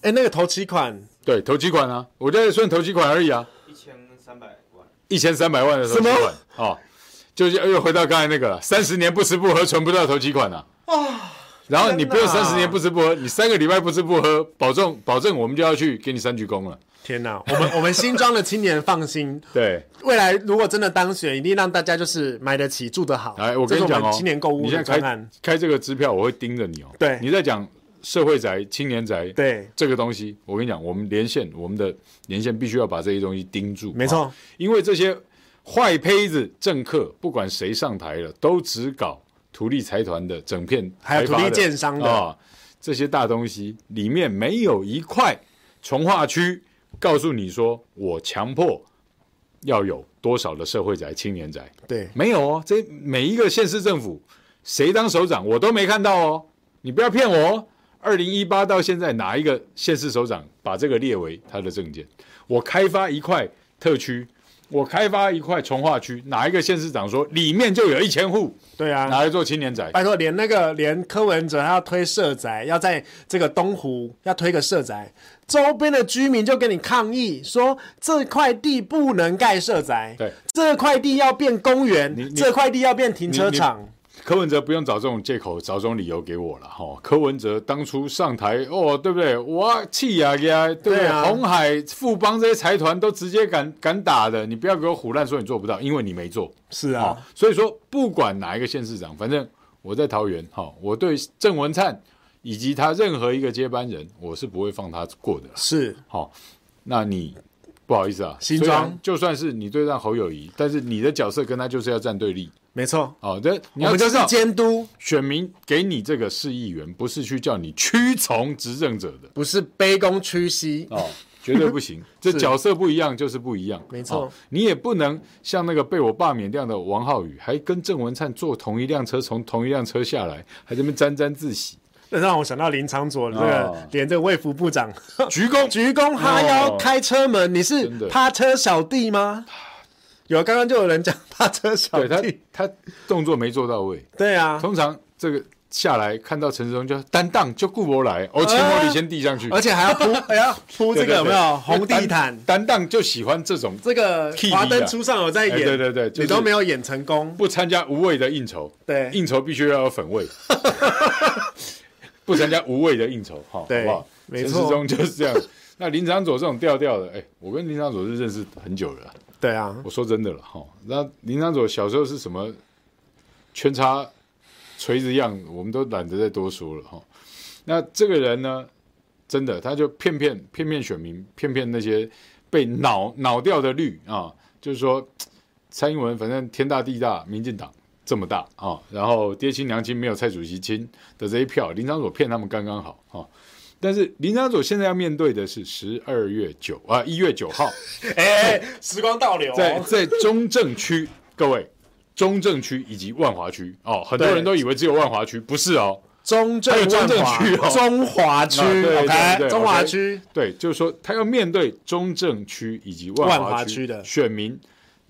Speaker 2: 哎、那个头期款
Speaker 1: 对，投机款啊，我在算投机款而已啊，
Speaker 3: 一千三百万，
Speaker 1: 一千三百万的投机
Speaker 2: 什
Speaker 1: 款
Speaker 2: 么，
Speaker 1: 哦，就是又回到刚才那个了，三十年不吃不喝存不到投机款啊。然后你不用
Speaker 2: 天哪
Speaker 1: 三十年不吃不喝，你三个礼拜不吃不喝，保证保证我们就要去给你三鞠躬了。
Speaker 2: 天哪！我们我们新庄的青年放心，
Speaker 1: 对，
Speaker 2: 未来如果真的当选，一定让大家就是买得起、住得好。
Speaker 1: 来，我跟你
Speaker 2: 这是
Speaker 1: 讲
Speaker 2: 我
Speaker 1: 哦
Speaker 2: 们，青年购
Speaker 1: 你
Speaker 2: 物
Speaker 1: 现
Speaker 2: 的
Speaker 1: 在
Speaker 2: 专
Speaker 1: 开
Speaker 2: 案。
Speaker 1: 开这个支票，我会盯着你哦。
Speaker 2: 对
Speaker 1: 你在讲社会宅、青年宅，
Speaker 2: 对，
Speaker 1: 这个东西，我跟你讲，我们连线，我们的连线必须要把这些东西盯住。
Speaker 2: 没错
Speaker 1: 啊因为这些坏胚子政客，不管谁上台了，都只搞图利财团的整片
Speaker 2: 还有
Speaker 1: 开发
Speaker 2: 土
Speaker 1: 的
Speaker 2: 地建商的
Speaker 1: 啊，这些大东西里面没有一块从化区告诉你说，我强迫要有多少的社会宅、青年宅，
Speaker 2: 对，
Speaker 1: 没有哦，这每一个县市政府谁当首长我都没看到哦，你不要骗我哦。二零一八到现在，哪一个县市首长把这个列为他的证件？我开发一块特区，我开发一块从化区，哪一个县市长说里面就有一千户
Speaker 2: 对啊。
Speaker 1: 拿来做青年宅？
Speaker 2: 拜托，连那个连柯文哲他要推社宅，要在这个东湖要推个社宅，周边的居民就跟你抗议说这块地不能盖社宅，
Speaker 1: 对，
Speaker 2: 这块地要变公园，
Speaker 1: 你
Speaker 2: 这块地要变停车
Speaker 1: 你
Speaker 2: 场。
Speaker 1: 柯文哲不用找这种借口，找这种理由给我了哈、柯文哲当初上台哦，对不对？我气呀呀，对不对？
Speaker 2: 对啊
Speaker 1: 红海、富邦这些财团都直接敢敢打的，你不要给我胡乱说你做不到，因为你没做。
Speaker 2: 是
Speaker 1: 好，
Speaker 2: 啊，
Speaker 1: 所以说不管哪一个县市长，反正我在桃园，哈、我对郑文灿以及他任何一个接班人，我是不会放他过的啦。
Speaker 2: 是
Speaker 1: 好、那你不好意思啊，
Speaker 2: 新
Speaker 1: 虽然
Speaker 2: 庄
Speaker 1: 就算是你对上侯友谊，但是你的角色跟他就是要站对立。
Speaker 2: 没错，
Speaker 1: 哦，这你
Speaker 2: 我
Speaker 1: 要
Speaker 2: 们就
Speaker 1: 知
Speaker 2: 是
Speaker 1: 道，
Speaker 2: 监督，
Speaker 1: 选民给你这个市议员，不是去叫你屈从执政者的
Speaker 2: 不是卑躬屈膝。
Speaker 1: 哦，绝对不行。 这角色不一样就是不一样，
Speaker 2: 没错
Speaker 1: 哦你也不能像那个被我罢免掉的王浩宇，还跟郑文灿坐同一辆车，从同一辆车下来，还在那边沾沾自喜，
Speaker 2: 那让我想到林长佐这
Speaker 1: 哦
Speaker 2: 个，连这个卫福 部长
Speaker 1: 鞠躬。
Speaker 2: 鞠躬哈腰
Speaker 1: 哦
Speaker 2: 开车门，你是
Speaker 1: 真的
Speaker 2: 趴车小 弟吗？有，刚刚就有人讲 趴车小
Speaker 1: 对他
Speaker 2: 弟，，
Speaker 1: 他动作没做到位。
Speaker 2: 对啊，
Speaker 1: 通常这个下来看到陈志忠就担当，就顾我来，
Speaker 2: 呃
Speaker 1: 哦，钱我你先递上去。
Speaker 2: 而且还要 铺，
Speaker 1: 哎
Speaker 2: 还要铺这
Speaker 1: 对对
Speaker 2: 个有没有
Speaker 1: 对
Speaker 2: 红地毯？
Speaker 1: 担当就喜欢这种
Speaker 2: 这个
Speaker 1: Key
Speaker 2: 华
Speaker 1: 啊
Speaker 2: 灯初上有在演，
Speaker 1: 哎对对对就是
Speaker 2: 你都没有演成功，
Speaker 1: 不参加无谓的应酬，
Speaker 2: 对
Speaker 1: 应酬必须要有粉味， 不参加无谓的应酬，好，
Speaker 2: 对
Speaker 1: 好不好？
Speaker 2: 没
Speaker 1: 陈
Speaker 2: 错
Speaker 1: 世忠就是这样。那林长佐这种调调的，哎，我跟林长佐是认识很久了啦，
Speaker 2: 对啊，
Speaker 1: 我说真的了，哈。那林长佐小时候是什么圈叉锤子样，我们都懒得再多说了，哈。那这个人呢，真的他就骗骗骗骗选民，骗骗那些被脑脑掉的绿啊，就是说蔡英文反正天大地大，民进党这么大啊，然后爹亲娘亲没有蔡主席亲的这一票，林长佐骗他们刚刚好啊。但是林长佐现在要面对的是十二月九啊一月九号，
Speaker 2: 哎，时光倒流，
Speaker 1: 在在中正区， 各位中正区以及万华区哦，很多
Speaker 2: 对
Speaker 1: 人都以为只有万华区，不是哦，
Speaker 2: 中
Speaker 1: 还有
Speaker 2: 正
Speaker 1: 中
Speaker 2: 万
Speaker 1: 正区哦
Speaker 2: 华，中华区
Speaker 1: 啊对对对对
Speaker 2: ，OK，中华
Speaker 1: OK
Speaker 2: 区，
Speaker 1: 对，就是说他要面对中正区以及万
Speaker 2: 万
Speaker 1: 华
Speaker 2: 华区的
Speaker 1: 选民，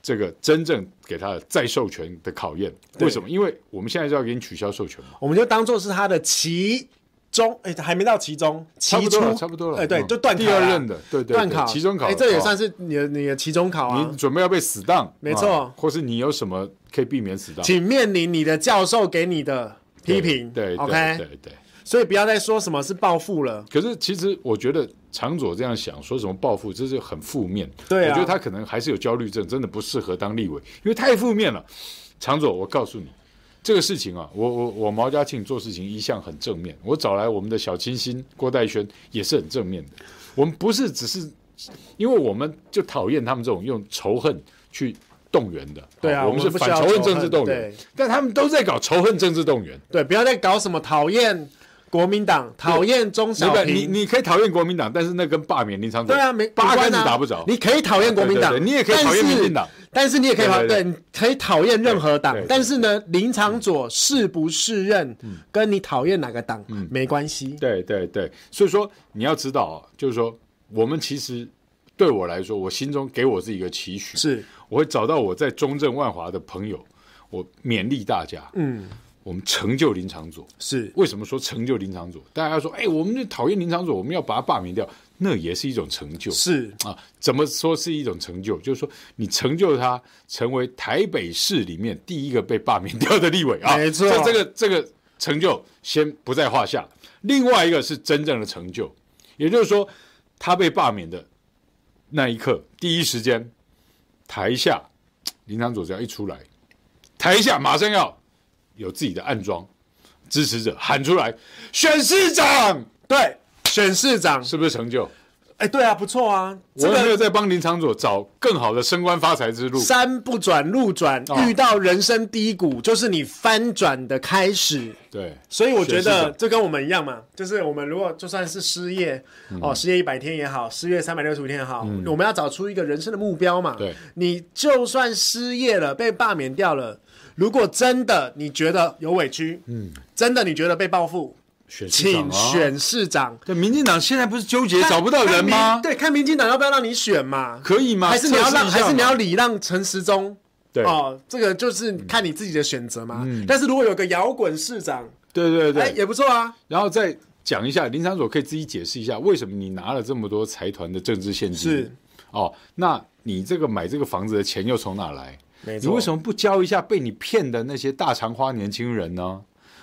Speaker 1: 这个真正给他的再授权的考验。
Speaker 2: 对
Speaker 1: 为什么？因为我们现在就要给你取消授权嘛。
Speaker 2: 我们就当做是他的期中，哎、还没到期中，
Speaker 1: 差不
Speaker 2: 期
Speaker 1: 多了，
Speaker 2: 初
Speaker 1: 差不多了。
Speaker 2: 哎、对，
Speaker 1: 嗯
Speaker 2: 就断考
Speaker 1: 第二
Speaker 2: 啦
Speaker 1: 任的，对对，
Speaker 2: 断
Speaker 1: 对
Speaker 2: 考，
Speaker 1: 期中考了，
Speaker 2: 哎、这也
Speaker 1: 哦
Speaker 2: 算是你的你的期中考啊
Speaker 1: 你，准备要被死当，
Speaker 2: 没错
Speaker 1: 啊或是你有什么可以避免死当？
Speaker 2: 请面临你的教授给你的批评，
Speaker 1: 对对
Speaker 2: o k
Speaker 1: 对对对，
Speaker 2: 所以不要再说什么是暴富了。
Speaker 1: 可是其实我觉得长佐这样想，说什么暴富，这是很负面。
Speaker 2: 对啊
Speaker 1: 我觉得他可能还是有焦虑症，真的不适合当立委，因为太负面了。长佐，我告诉你。这个事情啊，我我我毛家庆做事情一向很正面，我找来我们的小清新郭代轩也是很正面的。我们不是只是因为我们就讨厌他们这种用仇恨去动员的，
Speaker 2: 对啊
Speaker 1: 我们
Speaker 2: 我
Speaker 1: 是
Speaker 2: 们不
Speaker 1: 反
Speaker 2: 需要
Speaker 1: 仇恨政
Speaker 2: 仇
Speaker 1: 治
Speaker 2: 恨
Speaker 1: 动员
Speaker 2: 对，
Speaker 1: 但他们都在搞仇恨政治动员。
Speaker 2: 对，不要再搞什么讨厌国民党、讨厌中
Speaker 1: 你
Speaker 2: 小
Speaker 1: 不，你
Speaker 2: 平。
Speaker 1: 你可以讨厌国民党，但是那跟罢免林长佐
Speaker 2: 对啊，没
Speaker 1: 八竿
Speaker 2: 关
Speaker 1: 子
Speaker 2: 啊
Speaker 1: 打不着。
Speaker 2: 你可以讨厌国民党，
Speaker 1: 对对对你也可以讨厌民进党
Speaker 2: 但是，但是你也可以讨
Speaker 1: 对对
Speaker 2: 对，你可以讨厌任何党
Speaker 1: 对对。对
Speaker 2: 但是呢，林长佐是不是任，跟你讨厌哪个党没关系。
Speaker 1: 嗯对对对，所以说你要知道啊，就是说我们其实对我来说，我心中给我自己一个期许，
Speaker 2: 是，
Speaker 1: 我会找到我在中正万华的朋友，我勉励大家，
Speaker 2: 嗯，
Speaker 1: 我们成就林长佐。
Speaker 2: 是，
Speaker 1: 为什么说成就林长佐？大家说，哎，我们就讨厌林长佐，我们要把他罢免掉，那也是一种成就。
Speaker 2: 是，
Speaker 1: 啊，怎么说是一种成就？就是说你成就他成为台北市里面第一个被罢免掉的立委啊，
Speaker 2: 没错
Speaker 1: 这这个这个成就先不在话下。另外一个是真正的成就，也就是说他被罢免的那一刻，第一时间台下林长佐只要一出来，台下马上要有自己的暗装支持者喊出来选市长，
Speaker 2: 对，选市长，
Speaker 1: 是不是成就？
Speaker 2: 哎，对啊，不错啊，
Speaker 1: 我
Speaker 2: 这
Speaker 1: 有没有
Speaker 2: 个
Speaker 1: 在帮林长佐找更好的升官发财之路？
Speaker 2: 山不转路转，
Speaker 1: 哦
Speaker 2: 遇到人生低谷就是你翻转的开始。
Speaker 1: 对，
Speaker 2: 所以我觉
Speaker 1: 选市
Speaker 2: 得
Speaker 1: 长
Speaker 2: 这跟我们一样嘛，就是我们如果就算是失业、
Speaker 1: 嗯
Speaker 2: 哦，失业一百天也好，失业三百六十五天也好，我们要找出一个人生的目标嘛。
Speaker 1: 对，
Speaker 2: 你就算失业了，被罢免掉了，如果真的你觉得有委屈，嗯，真的你觉得被报复，
Speaker 1: 选市长
Speaker 2: 请
Speaker 1: 啊。
Speaker 2: 选市长。
Speaker 1: 对，民进党现在不是纠结找不到人
Speaker 2: 看
Speaker 1: 吗
Speaker 2: 民？对，看民进党要不要让你选嘛？
Speaker 1: 可以吗？
Speaker 2: 还是你要
Speaker 1: 测试
Speaker 2: 让，
Speaker 1: 一下
Speaker 2: 还
Speaker 1: 嘛
Speaker 2: 是你要礼让陈时中？
Speaker 1: 对
Speaker 2: 哦，这个就是看你自己的选择嘛。但是如果有个摇滚市长，
Speaker 1: 对对
Speaker 2: 哎，
Speaker 1: 对，
Speaker 2: 也不错啊。
Speaker 1: 然后再讲一下林长佐可以自己解释一下为什么你拿了这么多财团的政治现金？
Speaker 2: 是
Speaker 1: 哦，那你这个买这个房子的钱又从哪来？
Speaker 2: 没
Speaker 1: 你为什么不教一下被你骗的那些大长花年轻人呢？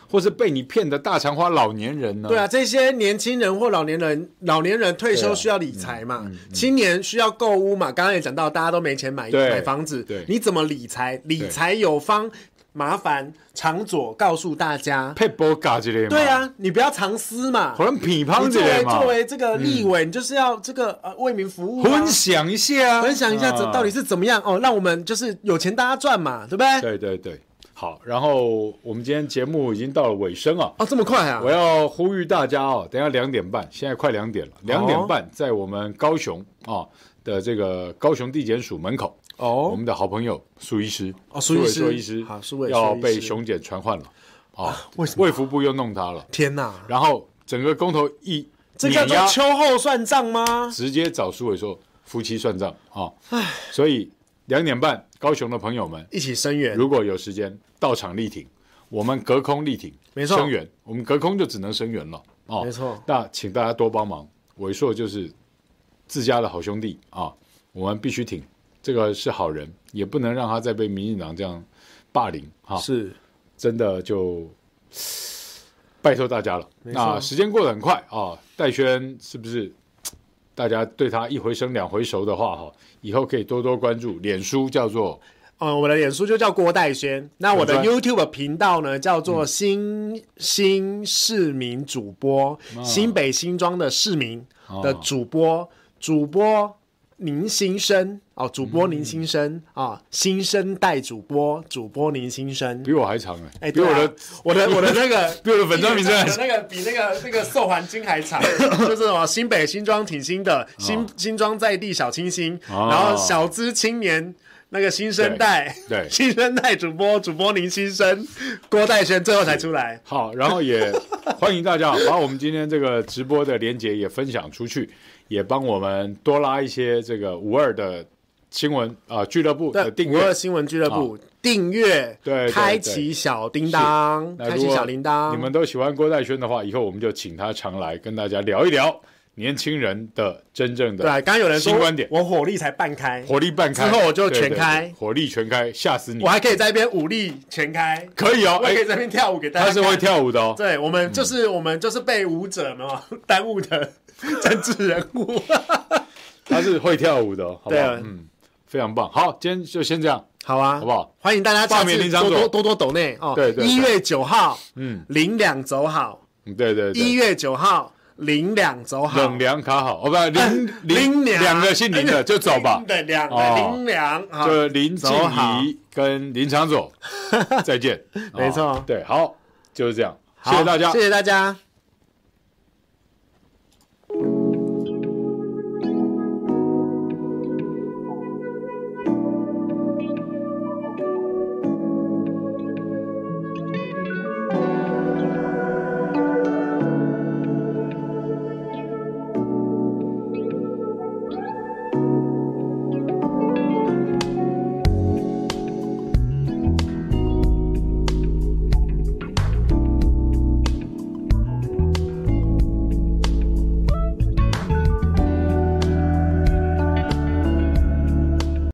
Speaker 1: 或是被你骗的大长花老年人呢？
Speaker 2: 对啊，这些年轻人或老年人，老年人退休需要理财嘛，
Speaker 1: 嗯
Speaker 2: 青年需要购屋嘛。刚刚也讲到，大家都没钱买
Speaker 1: 对
Speaker 2: 买房子
Speaker 1: 对，
Speaker 2: 你怎么理财？理财有方，麻烦长左告诉大家。
Speaker 1: 配波嘎之类吗？
Speaker 2: 对，啊，你不要藏私嘛
Speaker 1: 可。能偏胖
Speaker 2: 你
Speaker 1: 之
Speaker 2: 作
Speaker 1: 类
Speaker 2: 为
Speaker 1: 嘛。
Speaker 2: 作为这个立委，你就是要这个呃为民服务、啊，
Speaker 1: 嗯分享一下，
Speaker 2: 分享一下这
Speaker 1: 啊
Speaker 2: 到底是怎么样、哦，让我们就是有钱大家赚嘛，对不对？
Speaker 1: 对对对，好。然后我们今天节目已经到了尾声啊，
Speaker 2: 哦，这么快啊
Speaker 1: 我！要呼吁大家哦，等一下两点半，现在快两点了，两点半在我们高雄啊的这个高雄地检署门口，我
Speaker 2: 哦，
Speaker 1: 们的好朋友苏医师，
Speaker 2: 哦苏医师
Speaker 1: 伟硕医师，
Speaker 2: 好苏伟硕
Speaker 1: 要
Speaker 2: 医
Speaker 1: 被
Speaker 2: 师
Speaker 1: 熊姐传唤了啊，
Speaker 2: 为什么
Speaker 1: 卫福部又弄他了，
Speaker 2: 天哪，
Speaker 1: 然后整个公投一
Speaker 2: 这叫
Speaker 1: 碾
Speaker 2: 做
Speaker 1: 压
Speaker 2: 秋后算账吗？
Speaker 1: 直接找苏伟硕夫妻算账啊，所以两点半高雄的朋友们。
Speaker 2: 一起声援，
Speaker 1: 如果有时间到场力挺，我们隔空力挺，
Speaker 2: 没错
Speaker 1: 声援，我们隔空就只能声援了哦，
Speaker 2: 没错
Speaker 1: 那请大家多帮忙，伟硕就是自家的好兄弟啊，我们必须挺，这个是好人，也不能让他再被民进党这样霸凌哈、
Speaker 2: 是。
Speaker 1: 真的就拜托大家了。
Speaker 2: 错
Speaker 1: 那时间过得很快啊，戴轩是不是？大家对他一回生两回熟的话，哈，以后可以多多关注。脸书叫做
Speaker 2: 嗯，我的脸书就叫郭代轩，那我的
Speaker 1: 粉
Speaker 2: YouTube 频道呢叫做新、新市民主播，新北新庄的市民的主播，主播宁新生哦，主播宁新生啊、新生代主播，主播宁新生。
Speaker 1: 比我还长哎、
Speaker 2: 哎，
Speaker 1: 比
Speaker 2: 对
Speaker 1: 我
Speaker 2: 啊
Speaker 1: 的
Speaker 2: 我的我的那 个
Speaker 1: 比我的粉砖名称还
Speaker 2: 我的那个比那个那个寿环金还长， 就是什么新北新庄挺新的新新庄在地小清新，
Speaker 1: 哦
Speaker 2: 然后小资青年。那个新生代，
Speaker 1: 对对
Speaker 2: 新生代主播，主播林新生，郭代轩最后才出来，
Speaker 1: 好，然后也欢迎大家把我们今天这个直播的连接也分享出去，也帮我们多拉一些这个五二的新闻啊、俱乐部的订
Speaker 2: 五二
Speaker 1: 阅。哦
Speaker 2: 新闻俱乐部订阅，
Speaker 1: 对对
Speaker 2: 开
Speaker 1: 对
Speaker 2: 启小叮当，
Speaker 1: 那
Speaker 2: 开
Speaker 1: 如
Speaker 2: 启
Speaker 1: 果
Speaker 2: 小铃铛，
Speaker 1: 你们都喜欢郭代轩的话，以后我们就请他常来跟大家聊一聊年轻人的真正
Speaker 2: 对啊，
Speaker 1: 的
Speaker 2: 刚刚有人说
Speaker 1: 新观点
Speaker 2: 我火力才半开，
Speaker 1: 火力半开
Speaker 2: 之后我就
Speaker 1: 对对
Speaker 2: 全开
Speaker 1: 对火力全开，吓死你
Speaker 2: 我！还可以在一边武力全开，
Speaker 1: 可以哦，
Speaker 2: 我也可以
Speaker 1: 哎，
Speaker 2: 在那边跳舞给大家
Speaker 1: 他
Speaker 2: 看。
Speaker 1: 是会跳舞的哦。
Speaker 2: 对我们就是、我们就是被舞者有没有 耽误的政治人物。
Speaker 1: 他是会跳舞的哦，好不好
Speaker 2: 对？
Speaker 1: 嗯，非常棒。好，今天就先这样，
Speaker 2: 好啊，
Speaker 1: 好不好？
Speaker 2: 欢迎大家下
Speaker 1: 罢免
Speaker 2: 次
Speaker 1: 林长
Speaker 2: 多
Speaker 1: 佐
Speaker 2: 多多多抖内哦。
Speaker 1: 对对对
Speaker 2: 一月九号
Speaker 1: 嗯，
Speaker 2: 零两走好，
Speaker 1: 嗯对对
Speaker 2: 一
Speaker 1: 对，
Speaker 2: 月九号零两走好，
Speaker 1: 冷凉卡好，哦不， 林林
Speaker 2: 两
Speaker 1: 两个姓林 的就走吧
Speaker 2: 林，的两个
Speaker 1: 哦
Speaker 2: 零两，好
Speaker 1: 就林静
Speaker 2: 走好
Speaker 1: 怡跟林 长佐，再见。
Speaker 2: 没错
Speaker 1: 哦对，好，就是这样，谢谢大家
Speaker 2: 好谢。谢大家。